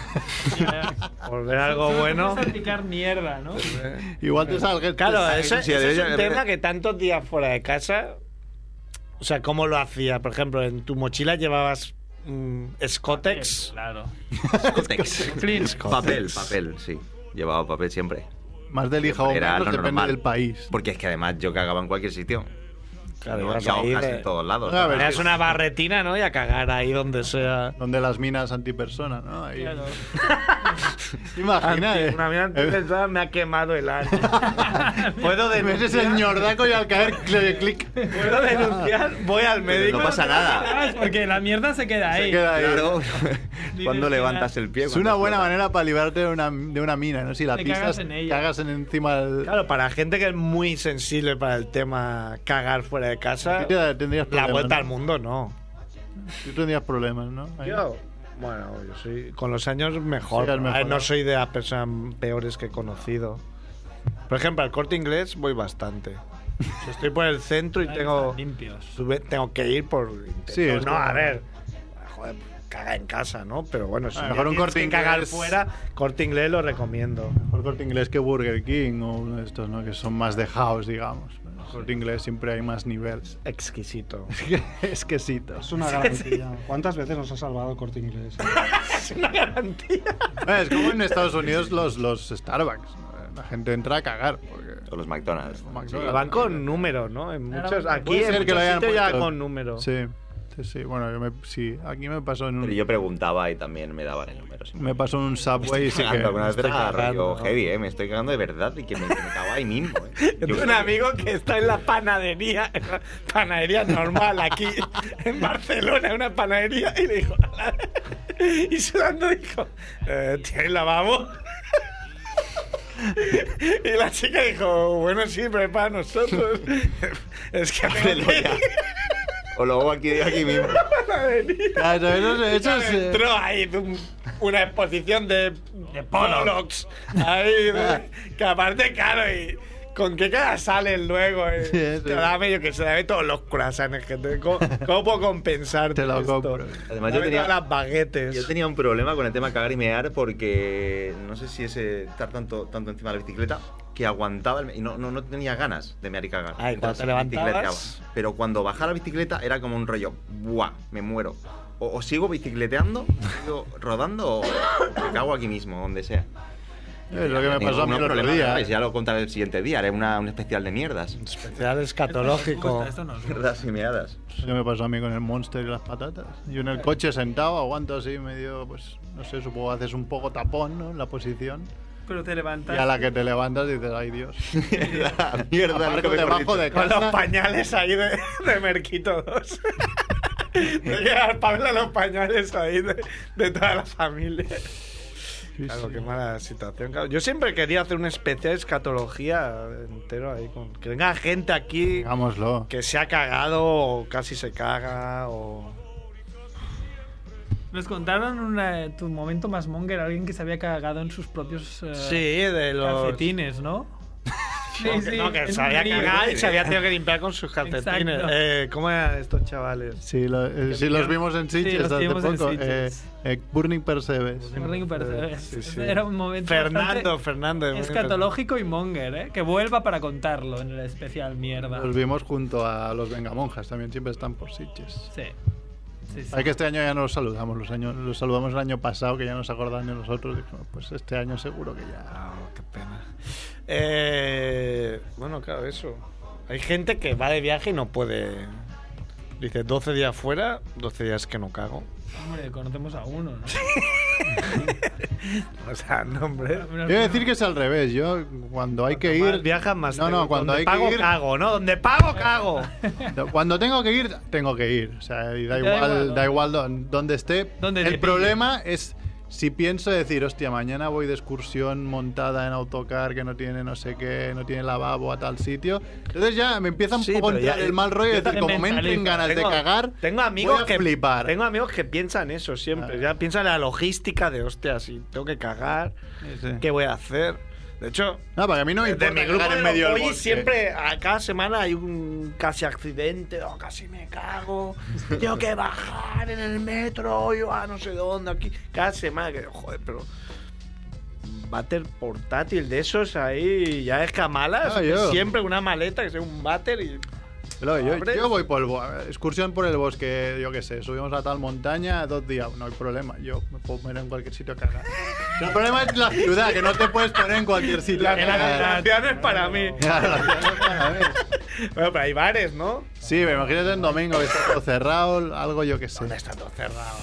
Speaker 2: Por ver algo
Speaker 1: Solo
Speaker 2: bueno.
Speaker 1: empiezas a picar mierda, ¿no?
Speaker 4: Igual te salga el.
Speaker 2: Claro,
Speaker 4: te-
Speaker 2: eso,
Speaker 3: sí,
Speaker 2: eso
Speaker 3: yo-
Speaker 2: es un tema que tantos días fuera de casa. O sea, ¿cómo lo hacía? Por ejemplo, en tu mochila llevabas mm, Scotex.
Speaker 1: Claro.
Speaker 3: Cotex. papel, papel, sí. Llevaba papel siempre.
Speaker 4: Más del hija o
Speaker 3: Era
Speaker 4: menos,
Speaker 3: lo
Speaker 4: pues, depende
Speaker 3: normal.
Speaker 4: del país.
Speaker 3: Porque es que además yo cagaba en cualquier sitio.
Speaker 2: Claro,
Speaker 3: Yo
Speaker 2: ibas
Speaker 3: cagaba
Speaker 2: ahí
Speaker 3: casi
Speaker 2: de-
Speaker 3: en todos lados.
Speaker 4: A ver,
Speaker 2: Tenías una barretina, ¿no? Y a cagar ahí donde sea.
Speaker 4: Donde las minas antipersona, ¿no? Ahí.
Speaker 1: Claro.
Speaker 4: Imagina, eh.
Speaker 2: Una mina antipersona me ha quemado el ano. Puedo
Speaker 4: Ves ese
Speaker 2: denunciar.
Speaker 4: ñordaco y al caer, clic, clic.
Speaker 2: Puedo denunciar. Voy al
Speaker 3: Pero
Speaker 2: médico.
Speaker 3: no pasa nada.
Speaker 1: ¿Sabes? Ah, Porque la mierda se queda ahí.
Speaker 4: Se queda ahí.
Speaker 3: Claro. Cuando
Speaker 1: Dices,
Speaker 3: levantas el pie.
Speaker 4: Es
Speaker 3: cuando
Speaker 4: una buena
Speaker 3: explotas.
Speaker 4: manera para librarte de una, de una mina, ¿no? Si la
Speaker 1: Te
Speaker 4: pisas,
Speaker 1: cagas en ella.
Speaker 4: cagas en encima del.
Speaker 2: Claro, para gente que es muy sensible para el tema cagar fuera de casa,
Speaker 4: Tú ya tendrías
Speaker 2: la
Speaker 4: problemas,
Speaker 2: vuelta
Speaker 4: ¿no?
Speaker 2: al mundo no.
Speaker 4: Tú tendrías problemas, ¿no? Ahí.
Speaker 2: bueno, yo soy. Con los años mejor.
Speaker 4: Sí, has
Speaker 2: Eh,
Speaker 4: mejorado.
Speaker 2: No soy de las personas peores que he conocido. Por ejemplo, al corte inglés voy bastante. Si estoy por el centro y
Speaker 1: Ahí
Speaker 2: tengo.
Speaker 1: están Limpios.
Speaker 2: tuve- tengo que ir por. intento-
Speaker 4: Sí, es
Speaker 2: no,
Speaker 4: como-
Speaker 2: a ver. Joder, caga en casa, ¿no? Pero bueno, si
Speaker 4: A lo
Speaker 2: ya
Speaker 4: mejor un
Speaker 2: tienes
Speaker 4: Corte
Speaker 2: que cagar
Speaker 4: Inglés-
Speaker 2: fuera, corte inglés lo recomiendo.
Speaker 4: Por corte inglés que Burger King o uno de estos, ¿no? Que son más de house, digamos. El corte inglés siempre hay más nivel.
Speaker 2: Exquisito.
Speaker 4: Exquisito.
Speaker 6: Es una garantía. ¿Cuántas veces nos ha salvado el corte inglés?
Speaker 2: es una garantía.
Speaker 4: Es como en Estados Unidos los, los Starbucks. ¿no? La gente entra a cagar. Porque...
Speaker 3: O los McDonald's.
Speaker 4: McDonald's.
Speaker 2: Van con número, ¿no? En muchos, aquí
Speaker 4: Puede
Speaker 2: en
Speaker 4: ser que
Speaker 2: muchos
Speaker 4: lo hayan
Speaker 2: sitios ya
Speaker 4: puesto.
Speaker 2: con número.
Speaker 4: Sí. Sí, sí, bueno, yo me, sí, aquí me pasó en
Speaker 14: Pero
Speaker 4: un...
Speaker 14: yo preguntaba y también me daban el número.
Speaker 4: Me pasó en un
Speaker 14: Estoy
Speaker 4: subway y sí que...
Speaker 14: cagando, alguna
Speaker 4: me
Speaker 14: vez
Speaker 4: estoy
Speaker 14: era
Speaker 4: cagando,
Speaker 14: rollo
Speaker 4: ¿no?
Speaker 14: heavy, ¿eh? Me estoy cagando de verdad y que me, me cago ahí mismo, ¿eh?
Speaker 2: Yo tengo un amigo que está en la panadería, en la panadería normal aquí, en Barcelona, una panadería, y le dijo, y sudando dijo, eh, ¿tienes lavabo? Y la chica dijo, bueno, sí, pero es para nosotros. Es que tengo que ir
Speaker 14: O lo hago aquí de aquí mismo.
Speaker 2: a la panadería.
Speaker 4: Claro, eso- eso
Speaker 2: Y
Speaker 4: es, eh,
Speaker 2: Entró ahí un- una exposición de, de Pollocks. Ahí,
Speaker 4: Ah.
Speaker 2: de- que aparte, claro, y con qué cara salen luego. eh.
Speaker 4: Sí, sí.
Speaker 2: Te da medio que se da todos los croissants que te- ¿Cómo, cómo puedo compensar? Te lo compro.
Speaker 14: Además, yo tenía,
Speaker 2: las baguetes.
Speaker 14: yo tenía un problema con el tema cagar y mear porque no sé si ese estar tanto, tanto encima de la bicicleta que aguantaba el me- y no, no, no tenía ganas de mear y cagar.
Speaker 2: Ah, y cuando te
Speaker 14: Entonces,
Speaker 2: levantabas-
Speaker 14: bicicleteaba. Pero cuando bajaba la bicicleta era como un rollo, ¡buah! Me muero. O, o sigo bicicleteando, sigo rodando o, o me cago aquí mismo, donde sea.
Speaker 4: Es lo que me
Speaker 14: Tengo
Speaker 4: pasó a mí
Speaker 14: unos
Speaker 4: el otro
Speaker 14: problemas
Speaker 4: día.
Speaker 14: graves, Ya lo contaré el siguiente día, haré una, un especial de mierdas.
Speaker 2: Especial escatológico.
Speaker 14: Mierdas y meadas.
Speaker 4: Eso que me pasó a mí con el Monster y las patatas. Yo en el coche sentado, aguanto así medio, pues, no sé, supongo haces un poco tapón, ¿no? En la posición.
Speaker 1: Pero te
Speaker 4: Y
Speaker 1: levantas.
Speaker 4: a la que te levantas dices, ay Dios.
Speaker 14: mierda, mierda.
Speaker 2: nunca
Speaker 4: Aparco
Speaker 2: mejor
Speaker 4: debajo
Speaker 2: dicho.
Speaker 4: de
Speaker 2: Con
Speaker 4: casa.
Speaker 2: los pañales ahí de, de Merquito 2. Llegar Pablo los pañales ahí de, de toda la familia. claro, qué mala situación. claro. Yo siempre quería hacer una especial escatología entero ahí. Con, que venga gente aquí
Speaker 4: Digámoslo.
Speaker 2: que se ha cagado o casi se caga o...
Speaker 1: Nos contaron una- tu momento más monger, alguien que se había cagado en sus propios eh,
Speaker 2: Sí, de los...
Speaker 1: calcetines, ¿no?
Speaker 2: No, que, no, que se había cagado y se había tenido que limpiar con sus calcetines.
Speaker 1: Exacto.
Speaker 2: Eh, ¿Cómo eran estos chavales?
Speaker 4: Sí, lo- eh, sí, los vimos en
Speaker 1: Sí,
Speaker 4: Sitges
Speaker 1: los
Speaker 4: hace
Speaker 1: vimos en
Speaker 4: poco. eh,
Speaker 1: Sitges.
Speaker 4: eh, Burning Percebes.
Speaker 1: Burning Percebes.
Speaker 4: Sí, sí.
Speaker 1: Era un momento
Speaker 2: Eh, Fernando,
Speaker 1: bastante
Speaker 2: Fernando. muy
Speaker 1: Escatológico y monger, ¿eh? Que vuelva para contarlo en el especial mierda.
Speaker 4: Los vimos junto a los Vengamonjas, también siempre están por Sitges.
Speaker 1: Sí. Sí, sí.
Speaker 4: Hay que este año ya no los saludamos, los, años, los saludamos el año pasado que ya nos acordaban de nosotros. Dijimos, pues este año seguro que ya.
Speaker 2: Ah, qué pena. Eh, bueno, claro, eso. Hay gente que va de viaje y no puede. Dice 12 días fuera, 12 días que no cago.
Speaker 1: Hombre, conocemos a uno, ¿no?
Speaker 2: O sea, no, hombre.
Speaker 4: Yo voy a decir que es al revés. Yo, cuando hay que ir.
Speaker 2: viajas más.
Speaker 4: No,
Speaker 2: tengo-
Speaker 4: no, cuando
Speaker 2: donde
Speaker 4: hay
Speaker 2: pago,
Speaker 4: que ir.
Speaker 2: cago, ¿no? Donde pago, cago.
Speaker 4: No, Cuando tengo que ir, tengo que ir. O sea, y
Speaker 2: Da
Speaker 4: da igual,
Speaker 2: igual, ¿no?
Speaker 4: da igual don- donde esté.
Speaker 1: Donde te
Speaker 4: El
Speaker 1: pille.
Speaker 4: problema es si pienso decir, hostia, mañana voy de excursión montada en autocar que no tiene no sé qué, no tiene lavabo a tal sitio. Entonces ya me empieza un
Speaker 2: Sí,
Speaker 4: poco a
Speaker 2: pero ya- eh,
Speaker 4: entrar el mal rollo
Speaker 2: yo
Speaker 4: de decir,
Speaker 2: también
Speaker 4: como me entren
Speaker 2: mentalizo.
Speaker 4: ganas de
Speaker 2: Tengo-
Speaker 4: cagar,
Speaker 2: Tengo amigos
Speaker 4: voy a
Speaker 2: que
Speaker 4: flipar.
Speaker 2: Tengo amigos que piensan eso siempre. Ya piensan en la logística de, hostia, si tengo que cagar, ¿qué voy a hacer? De hecho,
Speaker 4: No, para mí no me
Speaker 2: de
Speaker 4: importa
Speaker 2: mi grupo
Speaker 4: cagar
Speaker 2: de
Speaker 4: en medio del
Speaker 2: hoy
Speaker 4: bosque.
Speaker 2: siempre a cada semana hay un casi accidente, o casi me cago, tengo que bajar en el metro, yo a no sé dónde aquí. Cada semana que joder, pero váter portátil de esos ahí ya es camalas,
Speaker 4: Ah, yo.
Speaker 2: siempre una maleta que sea un váter y
Speaker 4: Pero yo,
Speaker 2: Hombre.
Speaker 4: yo voy por el bo- excursión por el bosque, yo qué sé, subimos a tal montaña dos días, no hay problema, yo me puedo poner en cualquier sitio a cagar. el problema es la ciudad, que no te puedes poner en cualquier sitio. a cagar.
Speaker 2: no es para mí.
Speaker 4: Claro, la ciudad es para ver.
Speaker 2: Bueno, pero hay bares, ¿no?
Speaker 4: Sí, me imagino en domingo que está todo cerrado, algo yo que sé.
Speaker 2: ¿Dónde está todo cerrado?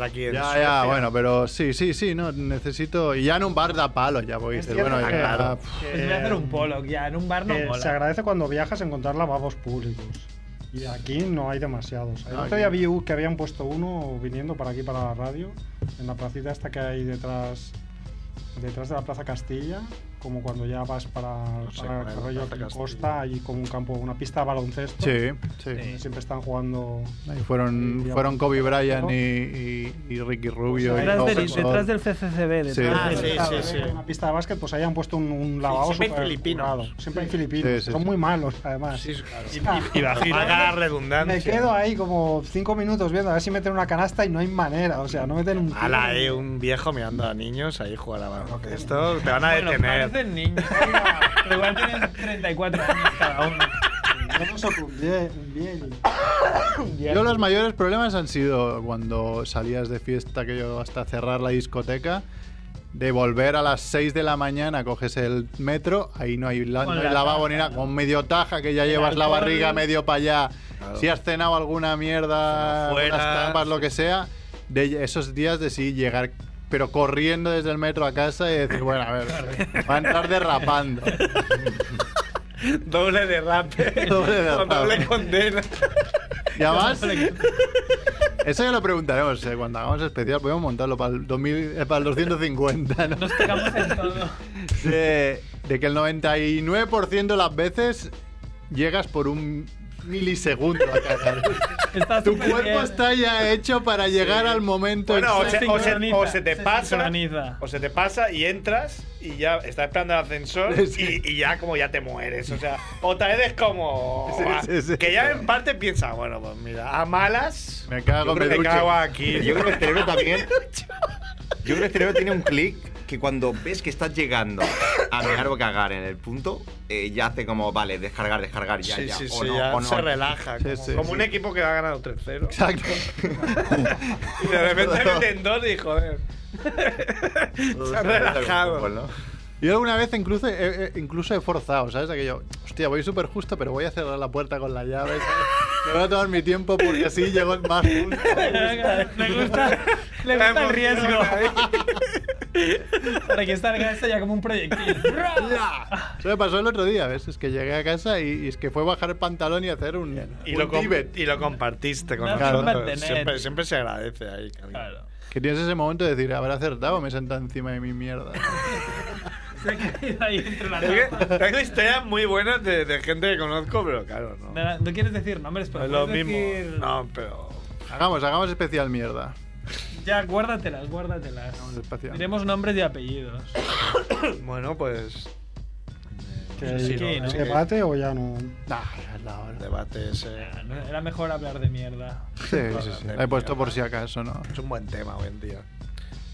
Speaker 2: Aquí en
Speaker 4: Ya,
Speaker 2: Suecia.
Speaker 4: ya, bueno, pero sí, sí, sí, no, necesito. Y ya en un bar da palo, ya voy. Dices, bueno, ya,
Speaker 2: claro.
Speaker 4: pff,
Speaker 1: Pues voy a hacer un polo, ya. En un bar no
Speaker 6: Eh, se
Speaker 1: mola.
Speaker 6: agradece cuando viajas encontrar lavabos públicos. Y aquí no hay demasiados. El
Speaker 4: No,
Speaker 6: otro día
Speaker 4: aquí
Speaker 6: vi u- que habían puesto uno viniendo para aquí, para la radio, en la placita esta que hay detrás detrás de la Plaza Castilla, como cuando ya vas para,
Speaker 4: sé cuál es
Speaker 6: para el
Speaker 4: la
Speaker 6: rollo
Speaker 4: Plaza
Speaker 6: aquí en
Speaker 4: Castilla.
Speaker 6: Costa, hay como un campo, una pista de baloncesto.
Speaker 4: Sí, sí.
Speaker 6: donde Siempre están jugando.
Speaker 4: Ahí fueron,
Speaker 6: Sí,
Speaker 4: fueron Kobe Bryant y,
Speaker 6: ¿no?
Speaker 4: y- y Ricky Rubio. y
Speaker 1: Detrás,
Speaker 4: Pau
Speaker 1: del,
Speaker 4: Gasol.
Speaker 1: detrás del CCCB, detrás
Speaker 4: pues Sí.
Speaker 1: del-
Speaker 2: Ah, sí, sí, sí.
Speaker 6: Una pista de básquet, pues ahí han puesto un, un lavabo.
Speaker 2: siempre hay
Speaker 6: supercurado.
Speaker 2: filipinos.
Speaker 6: Siempre hay filipinos.
Speaker 4: Sí, sí,
Speaker 6: Son
Speaker 4: sí.
Speaker 6: muy malos, además.
Speaker 2: Y, y bajita cada redundancia.
Speaker 6: Me quedo ahí como cinco minutos viendo a ver si meten una canasta y no hay manera. O sea, no meten un.
Speaker 2: Ala,
Speaker 6: tiro.
Speaker 2: eh, un viejo mirando a niños ahí jugar a baloncesto. Te van a
Speaker 1: Bueno,
Speaker 2: detener.
Speaker 1: parecen niños. Pero igual tienen 34 años cada uno.
Speaker 6: No nos ocurrió. Bien.
Speaker 4: Yo los mayores problemas han sido cuando salías de fiesta, que yo hasta cerrar la discoteca, de volver a las 6 de la mañana, coges el metro, ahí no hay, la-
Speaker 1: Con
Speaker 4: no hay
Speaker 1: la
Speaker 4: lavabo
Speaker 1: taja,
Speaker 4: ni nada,
Speaker 1: ¿no?
Speaker 4: con medio taja que ya llevas la
Speaker 1: alcohol.
Speaker 4: barriga medio para allá
Speaker 7: Claro.
Speaker 4: Si has cenado alguna mierda,
Speaker 2: Fuera.
Speaker 4: unas tapas, lo que sea, de esos días de sí llegar, pero corriendo desde el metro a casa y decir, bueno, a ver, va a entrar derrapando.
Speaker 2: Doble derrape.
Speaker 4: Doble derrape.
Speaker 2: Con doble condena.
Speaker 4: Y además, eso ya lo preguntaremos. eh, Cuando hagamos especial, podemos montarlo para el, 2000, eh, para el 250. ¿no? De, de que el 99% de las veces llegas por un milisegundo a cagar. tu
Speaker 1: súper
Speaker 4: cuerpo
Speaker 1: bien.
Speaker 4: está ya hecho para llegar al momento
Speaker 2: Bueno, o se,
Speaker 4: exacto.
Speaker 2: o se- o se te
Speaker 1: Se
Speaker 2: pasa.
Speaker 1: sincroniza.
Speaker 2: O se te pasa y entras y ya estás esperando el ascensor y, y ya como ya te mueres. O sea, otra vez es como.
Speaker 4: Sí, sí, sí.
Speaker 2: Que ya en parte piensa, bueno, pues mira, a malas.
Speaker 4: Me cago,
Speaker 2: yo creo
Speaker 4: me
Speaker 2: que
Speaker 4: ducho.
Speaker 2: cago aquí.
Speaker 3: Yo creo que el cerebro también. Yo creo que el cerebro tiene un clic que cuando ves que estás llegando a mear o cagar en el punto, eh, ya hace como, vale, descargar, descargar, ya,
Speaker 2: sí,
Speaker 3: ya.
Speaker 2: sí,
Speaker 3: o
Speaker 2: sí,
Speaker 3: no,
Speaker 2: ya
Speaker 3: o no.
Speaker 2: se relaja.
Speaker 4: Sí,
Speaker 2: como
Speaker 4: sí,
Speaker 2: como
Speaker 4: sí.
Speaker 2: un equipo que ha ganado 3-0.
Speaker 4: Exacto.
Speaker 2: Y de repente meten dos y joder. se ha relajado.
Speaker 3: Pues
Speaker 4: Yo alguna vez incluso, eh, eh, incluso he forzado, ¿sabes? Aquello, hostia, voy súper justo, pero voy a cerrar la puerta con la llave. ¿sabes? Me voy a tomar mi tiempo porque así llego más justo.
Speaker 1: Le gusta, le gusta el riesgo. Para que salga esto ya como un proyectil.
Speaker 4: Eso me pasó el otro día, ¿ves? Es que llegué a casa y, y es que fue bajar el pantalón y hacer un,
Speaker 2: Y
Speaker 4: un
Speaker 2: lo, com-
Speaker 4: Tíbet.
Speaker 2: y lo compartiste con
Speaker 1: No se
Speaker 2: nosotros.
Speaker 1: mantener.
Speaker 2: Siempre, siempre se agradece ahí. cariño.
Speaker 4: Que tienes ese momento de decir, habrá acertado, me he sentado encima de mi mierda.
Speaker 1: Se ha caído ahí entre la
Speaker 2: Es
Speaker 1: tapa.
Speaker 2: que tengo historias muy buenas de, de gente que conozco, pero claro, no.
Speaker 1: No, no quieres decir nombres, pero
Speaker 2: es lo
Speaker 1: puedes
Speaker 2: mismo.
Speaker 1: decir-
Speaker 2: No, pero.
Speaker 4: Hagamos, hagamos especial mierda.
Speaker 1: Ya, guárdatelas, guárdatelas.
Speaker 4: Especial.
Speaker 1: Diremos nombres y apellidos.
Speaker 2: Bueno, pues.
Speaker 6: ¿Que,
Speaker 2: Sí, no,
Speaker 6: ¿hay
Speaker 2: sí.
Speaker 6: debate o ya no?
Speaker 2: el debate ese.
Speaker 1: Era mejor hablar de mierda.
Speaker 4: Sí, sí, sí. La he puesto por si acaso, ¿no?
Speaker 2: Es un buen tema hoy en día.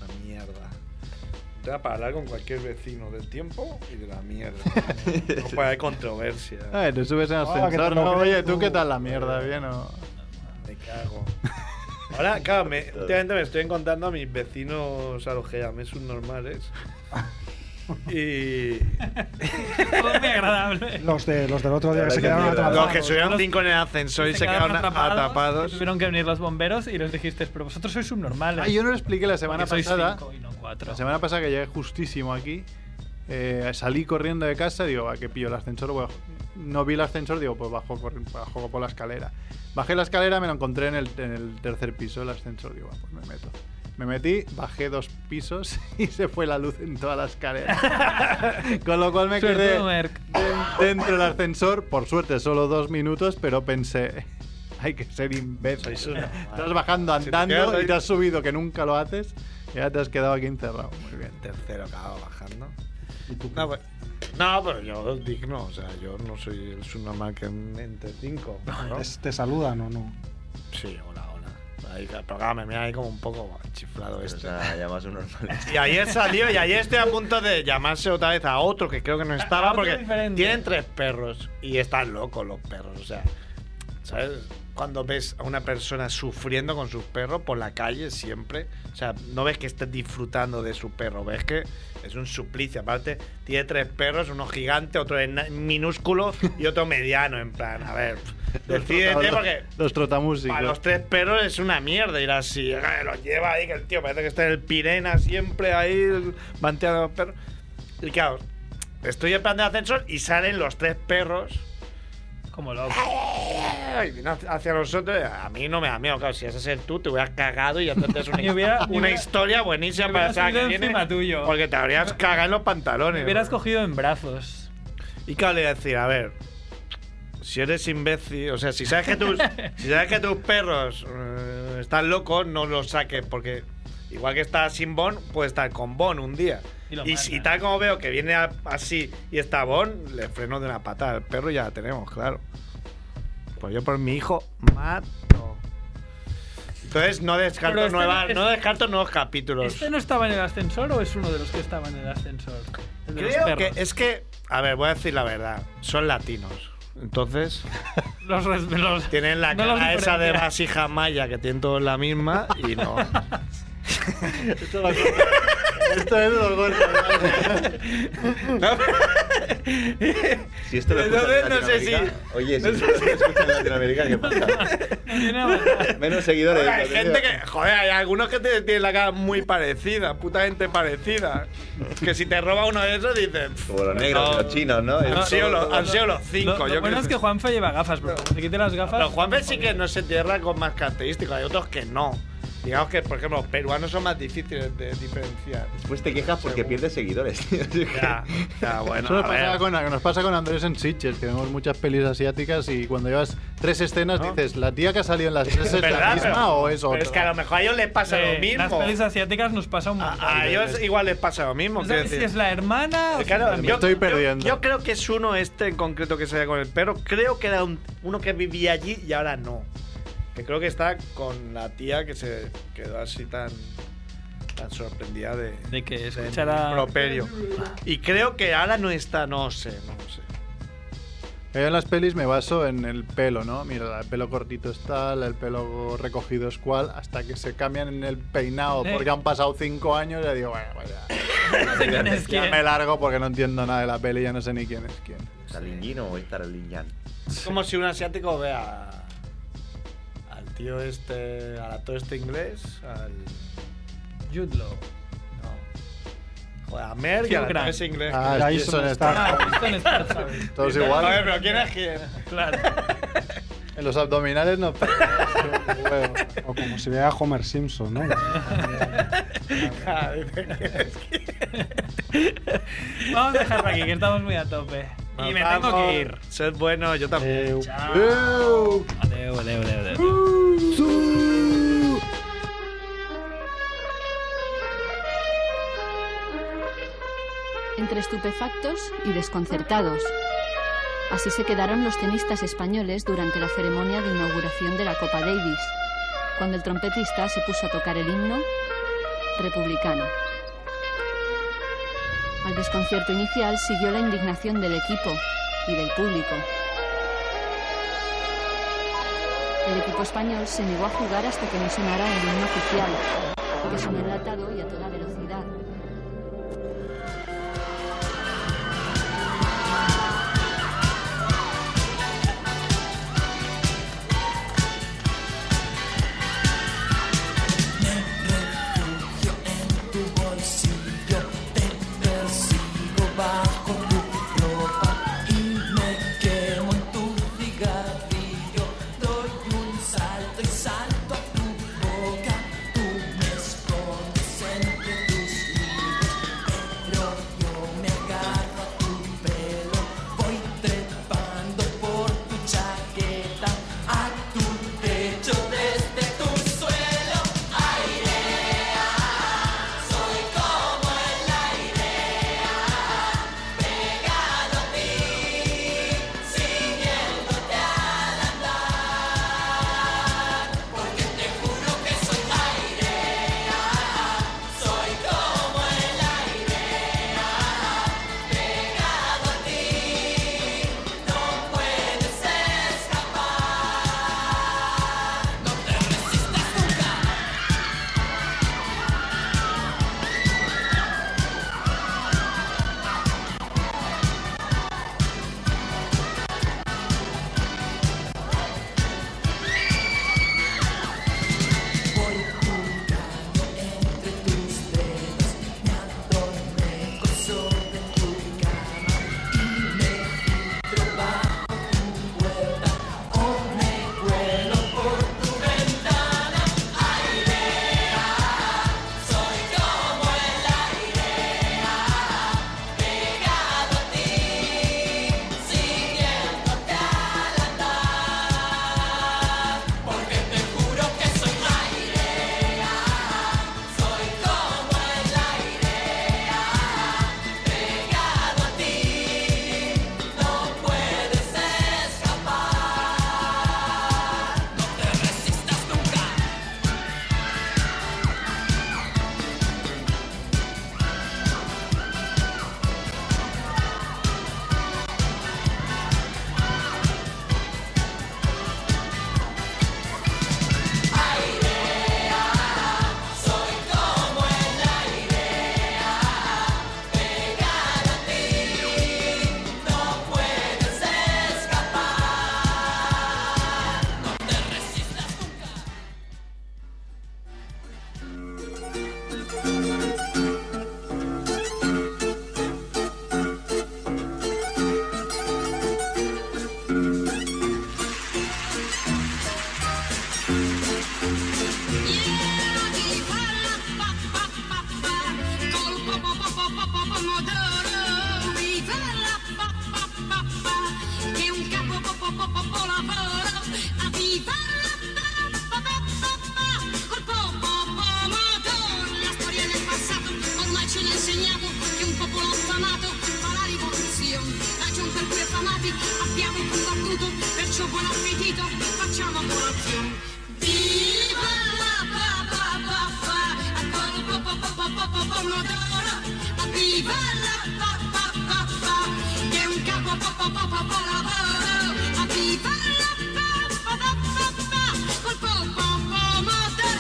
Speaker 2: La mierda. Da para hablar con cualquier vecino del tiempo y de la mierda. No puede haber controversia.
Speaker 4: Ay, te subes en
Speaker 6: Ah, que te
Speaker 4: ascensor,
Speaker 6: lo
Speaker 4: ¿no?
Speaker 6: crees
Speaker 4: Oye, ¿tú
Speaker 6: tú.
Speaker 4: qué tal la mierda? ¿Bien o...?
Speaker 2: Me cago. Ahora, claro, me, últimamente me estoy encontrando a mis vecinos a los que llamé subnormales. Y.
Speaker 1: Todo muy agradable.
Speaker 6: Los, de, los del otro día que se
Speaker 2: Qué
Speaker 6: quedaron
Speaker 2: mierda.
Speaker 6: atrapados.
Speaker 2: Los que subieron cinco en el ascensor y se quedaron atrapados.
Speaker 1: Tuvieron que venir los bomberos y les dijiste, pero vosotros sois subnormales.
Speaker 4: Ah, yo no lo expliqué la semana
Speaker 1: Porque sois
Speaker 4: pasada.
Speaker 1: cinco y no cuatro.
Speaker 4: La semana pasada que llegué justísimo aquí, eh, salí corriendo de casa, digo, va, que pillo el ascensor, voy a- no vi el ascensor, digo, pues bajo, por- bajo por la escalera. Bajé la escalera, me lo encontré en el, en el tercer piso el ascensor, digo, va, pues me meto. Me metí, bajé dos pisos y se fue la luz en toda la escalera. Con lo cual me quedé
Speaker 1: Suertudo, Merck.
Speaker 4: den- dentro del ascensor, por suerte solo dos minutos, pero pensé, hay que ser imbécil.
Speaker 2: Sois una-
Speaker 4: Estás bajando
Speaker 2: Si te quedas
Speaker 4: andando
Speaker 2: ahí-
Speaker 4: y te has subido que nunca lo haces y ahora te has quedado aquí encerrado. Muy bien.
Speaker 2: Tercero acababa bajando. No, pues- no, pero yo digno, o sea, yo no soy el subnormal que en- entre cinco. ¿no?
Speaker 6: Es- ¿Te saludan o no?
Speaker 2: Sí, hola, hola. Ahí, pero claro, me mira ahí como un poco chiflado
Speaker 3: O
Speaker 2: este.
Speaker 3: sea, Pues ya más un normal.
Speaker 2: Y ayer salió, y ayer estoy a punto de llamarse otra vez a otro que creo que no estaba,
Speaker 1: otro
Speaker 2: porque
Speaker 1: diferente.
Speaker 2: tienen tres perros y están locos los perros. O sea, ¿sabes? Cuando ves a una persona sufriendo con sus perros por la calle siempre, o sea, no ves que esté disfrutando de su perro, ves que es un suplicio. Aparte, tiene tres perros, uno gigante, otro es na- minúsculo y otro mediano, en plan, a ver, decídete porque
Speaker 4: Los trotamúsicos.
Speaker 2: para los tres perros es una mierda ir así. eh, Los lleva ahí, que el tío parece que está en el Pirena siempre ahí, manteando los perros. Y claro, estoy en plan de ascensor y salen los tres perros
Speaker 1: Como loco.
Speaker 2: eh, y vienen hacia nosotros. A mí no me da miedo, claro. Si haces el tú, te hubieras cagado y entonces una,
Speaker 1: Me hubiera- me
Speaker 2: una
Speaker 1: hubiera-
Speaker 2: historia buenísima
Speaker 1: me
Speaker 2: para
Speaker 1: hubiera
Speaker 2: la semana
Speaker 1: subido
Speaker 2: que viene.
Speaker 1: encima tuyo.
Speaker 2: Porque te habrías cagado en los
Speaker 1: Me
Speaker 2: pantalones.
Speaker 1: hubieras
Speaker 2: bro.
Speaker 1: cogido en brazos.
Speaker 2: Y claro, le voy a decir, a ver, si eres imbécil, o sea, si sabes que tus, si sabes que tus perros eh, están locos, no los saques, porque igual que está sin Bon, puede estar con Bon un día.
Speaker 1: Y lo
Speaker 2: Y,
Speaker 1: matan.
Speaker 2: si tal como veo que viene a- así y está Bon, le freno de una patada al perro y ya la tenemos, claro. Pues yo por mi hijo mato. Entonces no descarto,
Speaker 1: Pero este
Speaker 2: nuevas-
Speaker 1: no es-
Speaker 2: no descarto nuevos capítulos.
Speaker 1: ¿Este no estaba en el ascensor o es uno de los que estaba en el ascensor? El de los
Speaker 2: Creo que
Speaker 1: perros.
Speaker 2: es que, a ver, voy a decir la verdad, son latinos. Entonces...
Speaker 1: Los, res- los-
Speaker 2: Tienen la
Speaker 1: No los
Speaker 2: cara esa de
Speaker 1: diferencia.
Speaker 2: vasija maya que tienen todos la misma y no.
Speaker 4: Esto lo- Esto es los golpes.
Speaker 3: Si esto lo
Speaker 2: Entonces,
Speaker 3: escuchan en
Speaker 2: no sé si-
Speaker 3: Latinoamérica- Oye, si
Speaker 2: no
Speaker 3: esto
Speaker 2: sé
Speaker 3: lo escuchan en Latinoamérica, ¿qué pasa? Menos seguidores.
Speaker 2: Hay gente que, joder, hay algunos que te- tienen la cara muy parecida, puta gente parecida. Que si te roba uno de esos, dices. "Pff,
Speaker 3: Como los negros y los chinos, ¿no?
Speaker 2: Han sido los, han sido los cinco,
Speaker 1: Lo, lo
Speaker 2: yo
Speaker 1: bueno
Speaker 2: creo.
Speaker 1: es que Juanfe lleva gafas, bro. Se quite las gafas.
Speaker 2: Pero Juanfe sí que no se tierra con más características, hay otros que no. Digamos que, por ejemplo, los peruanos son más difíciles de diferenciar.
Speaker 3: Pues te quejas porque pierdes seguidores, tío.
Speaker 2: Ya, ya, bueno.
Speaker 4: Eso nos
Speaker 2: a ver.
Speaker 4: pasa, con, nos pasa con Andrés en Sitges, que vemos muchas pelis asiáticas y cuando llevas tres escenas dices, ¿la tía que ha salido en las tres es la
Speaker 2: ¿Verdad?
Speaker 4: misma
Speaker 2: Pero-
Speaker 4: o es otra?
Speaker 2: Pero es que a lo mejor a ellos les pasa
Speaker 1: Eh,
Speaker 2: lo mismo. Ah,
Speaker 1: Las pelis asiáticas nos pasa
Speaker 4: Ah,
Speaker 1: un montón.
Speaker 2: A ellos igual les pasa lo mismo.
Speaker 1: No
Speaker 2: quiero
Speaker 1: sabes si
Speaker 2: decir. Eh,
Speaker 1: es la hermana o si es
Speaker 2: Claro,
Speaker 1: la
Speaker 2: yo,
Speaker 1: amiga.
Speaker 4: estoy perdiendo.
Speaker 2: Yo creo que es uno este en concreto que se halla con el perro. Creo que era un- uno que vivía allí y ahora no. Que creo que está con la tía que se quedó así tan, tan sorprendida de,
Speaker 1: De que
Speaker 2: del
Speaker 1: escuchara-
Speaker 2: improperio. Y creo que ahora no está, no sé, no sé.
Speaker 4: Yo en las pelis me baso en el pelo, ¿no? Mira, el pelo cortito es tal, el pelo recogido es cual, hasta que se cambian en el peinado
Speaker 1: Sí.
Speaker 4: porque han pasado cinco años y digo, bueno, bueno,
Speaker 1: No sé quién es
Speaker 4: ya
Speaker 1: quién.
Speaker 4: me largo porque no entiendo nada de la peli, ya no sé ni quién es quién.
Speaker 3: ¿Estarlin Yin o Estarlin Yang?
Speaker 2: Es como si un asiático vea al tío este, al actor este inglés, al.
Speaker 1: Jude Law.
Speaker 2: Joder, a Mer y
Speaker 1: Hugh
Speaker 2: al actor
Speaker 1: Grant.
Speaker 2: ese inglés.
Speaker 4: Ah,
Speaker 6: Jason
Speaker 4: Jason
Speaker 1: Ah,
Speaker 4: Statham.
Speaker 1: Kristen Stewart, ¿sabes?
Speaker 4: Todos
Speaker 2: Dice,
Speaker 4: iguales.
Speaker 2: "Joder, pero ¿quién es quién?
Speaker 1: Claro.
Speaker 4: En los abdominales no. Bueno,
Speaker 6: O como si vea a Homer Simpson, ¿no?
Speaker 2: Ah, dice, "¿Quién es quién?".
Speaker 1: Vamos a dejarlo aquí, que estamos muy a tope. Y me
Speaker 2: Vamos,
Speaker 1: tengo que ir.
Speaker 2: Sed bueno, yo también.
Speaker 6: Eh,
Speaker 1: Ah. Adeu, adeu, adeu, adeu.
Speaker 13: entre estupefactos y desconcertados. Así se quedaron los tenistas españoles durante la ceremonia de inauguración de la Copa Davis, cuando el trompetista se puso a tocar el himno republicano. Al desconcierto inicial siguió la indignación del equipo y del público. El equipo español se negó a jugar hasta que no sonara el himno oficial, que sonó enlatado y a toda velocidad.
Speaker 15: Salto y salto a tu boca, tú me escondes en tu
Speaker 13: faccio buon appetito, facciamo colazione. Viva la pa pa pa pa, ancora pa pa pa pa pa pa pa un'odora. Viva la pa pa pa pa, che è un capo pa pa pa pa pa lavoro. Viva la pa pa pa pa pa, col pom pom pomodoro.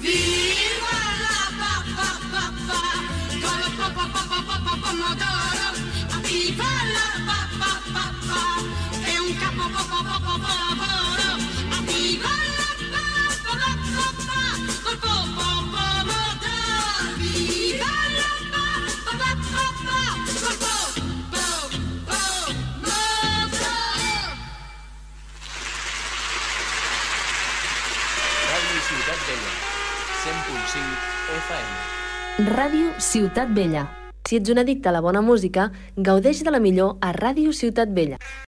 Speaker 13: Viva la pa pa pa pa, con la pa pa pa pa pa pa pomodoro. Viva la pa pa pa pa, è un capo pa pa pa pa pa lavoro. Viva la pa pa pa pa pa, col po po pomodoro. Viva la pa pa pa pa pa, col po po pomodoro.
Speaker 16: Ràdio Ciutat Vella, 100.5 FM.
Speaker 17: Ràdio Ciutat Vella. Si ets un addicte a la bona música, gaudeix de la millor a Ràdio Ciutat Vella.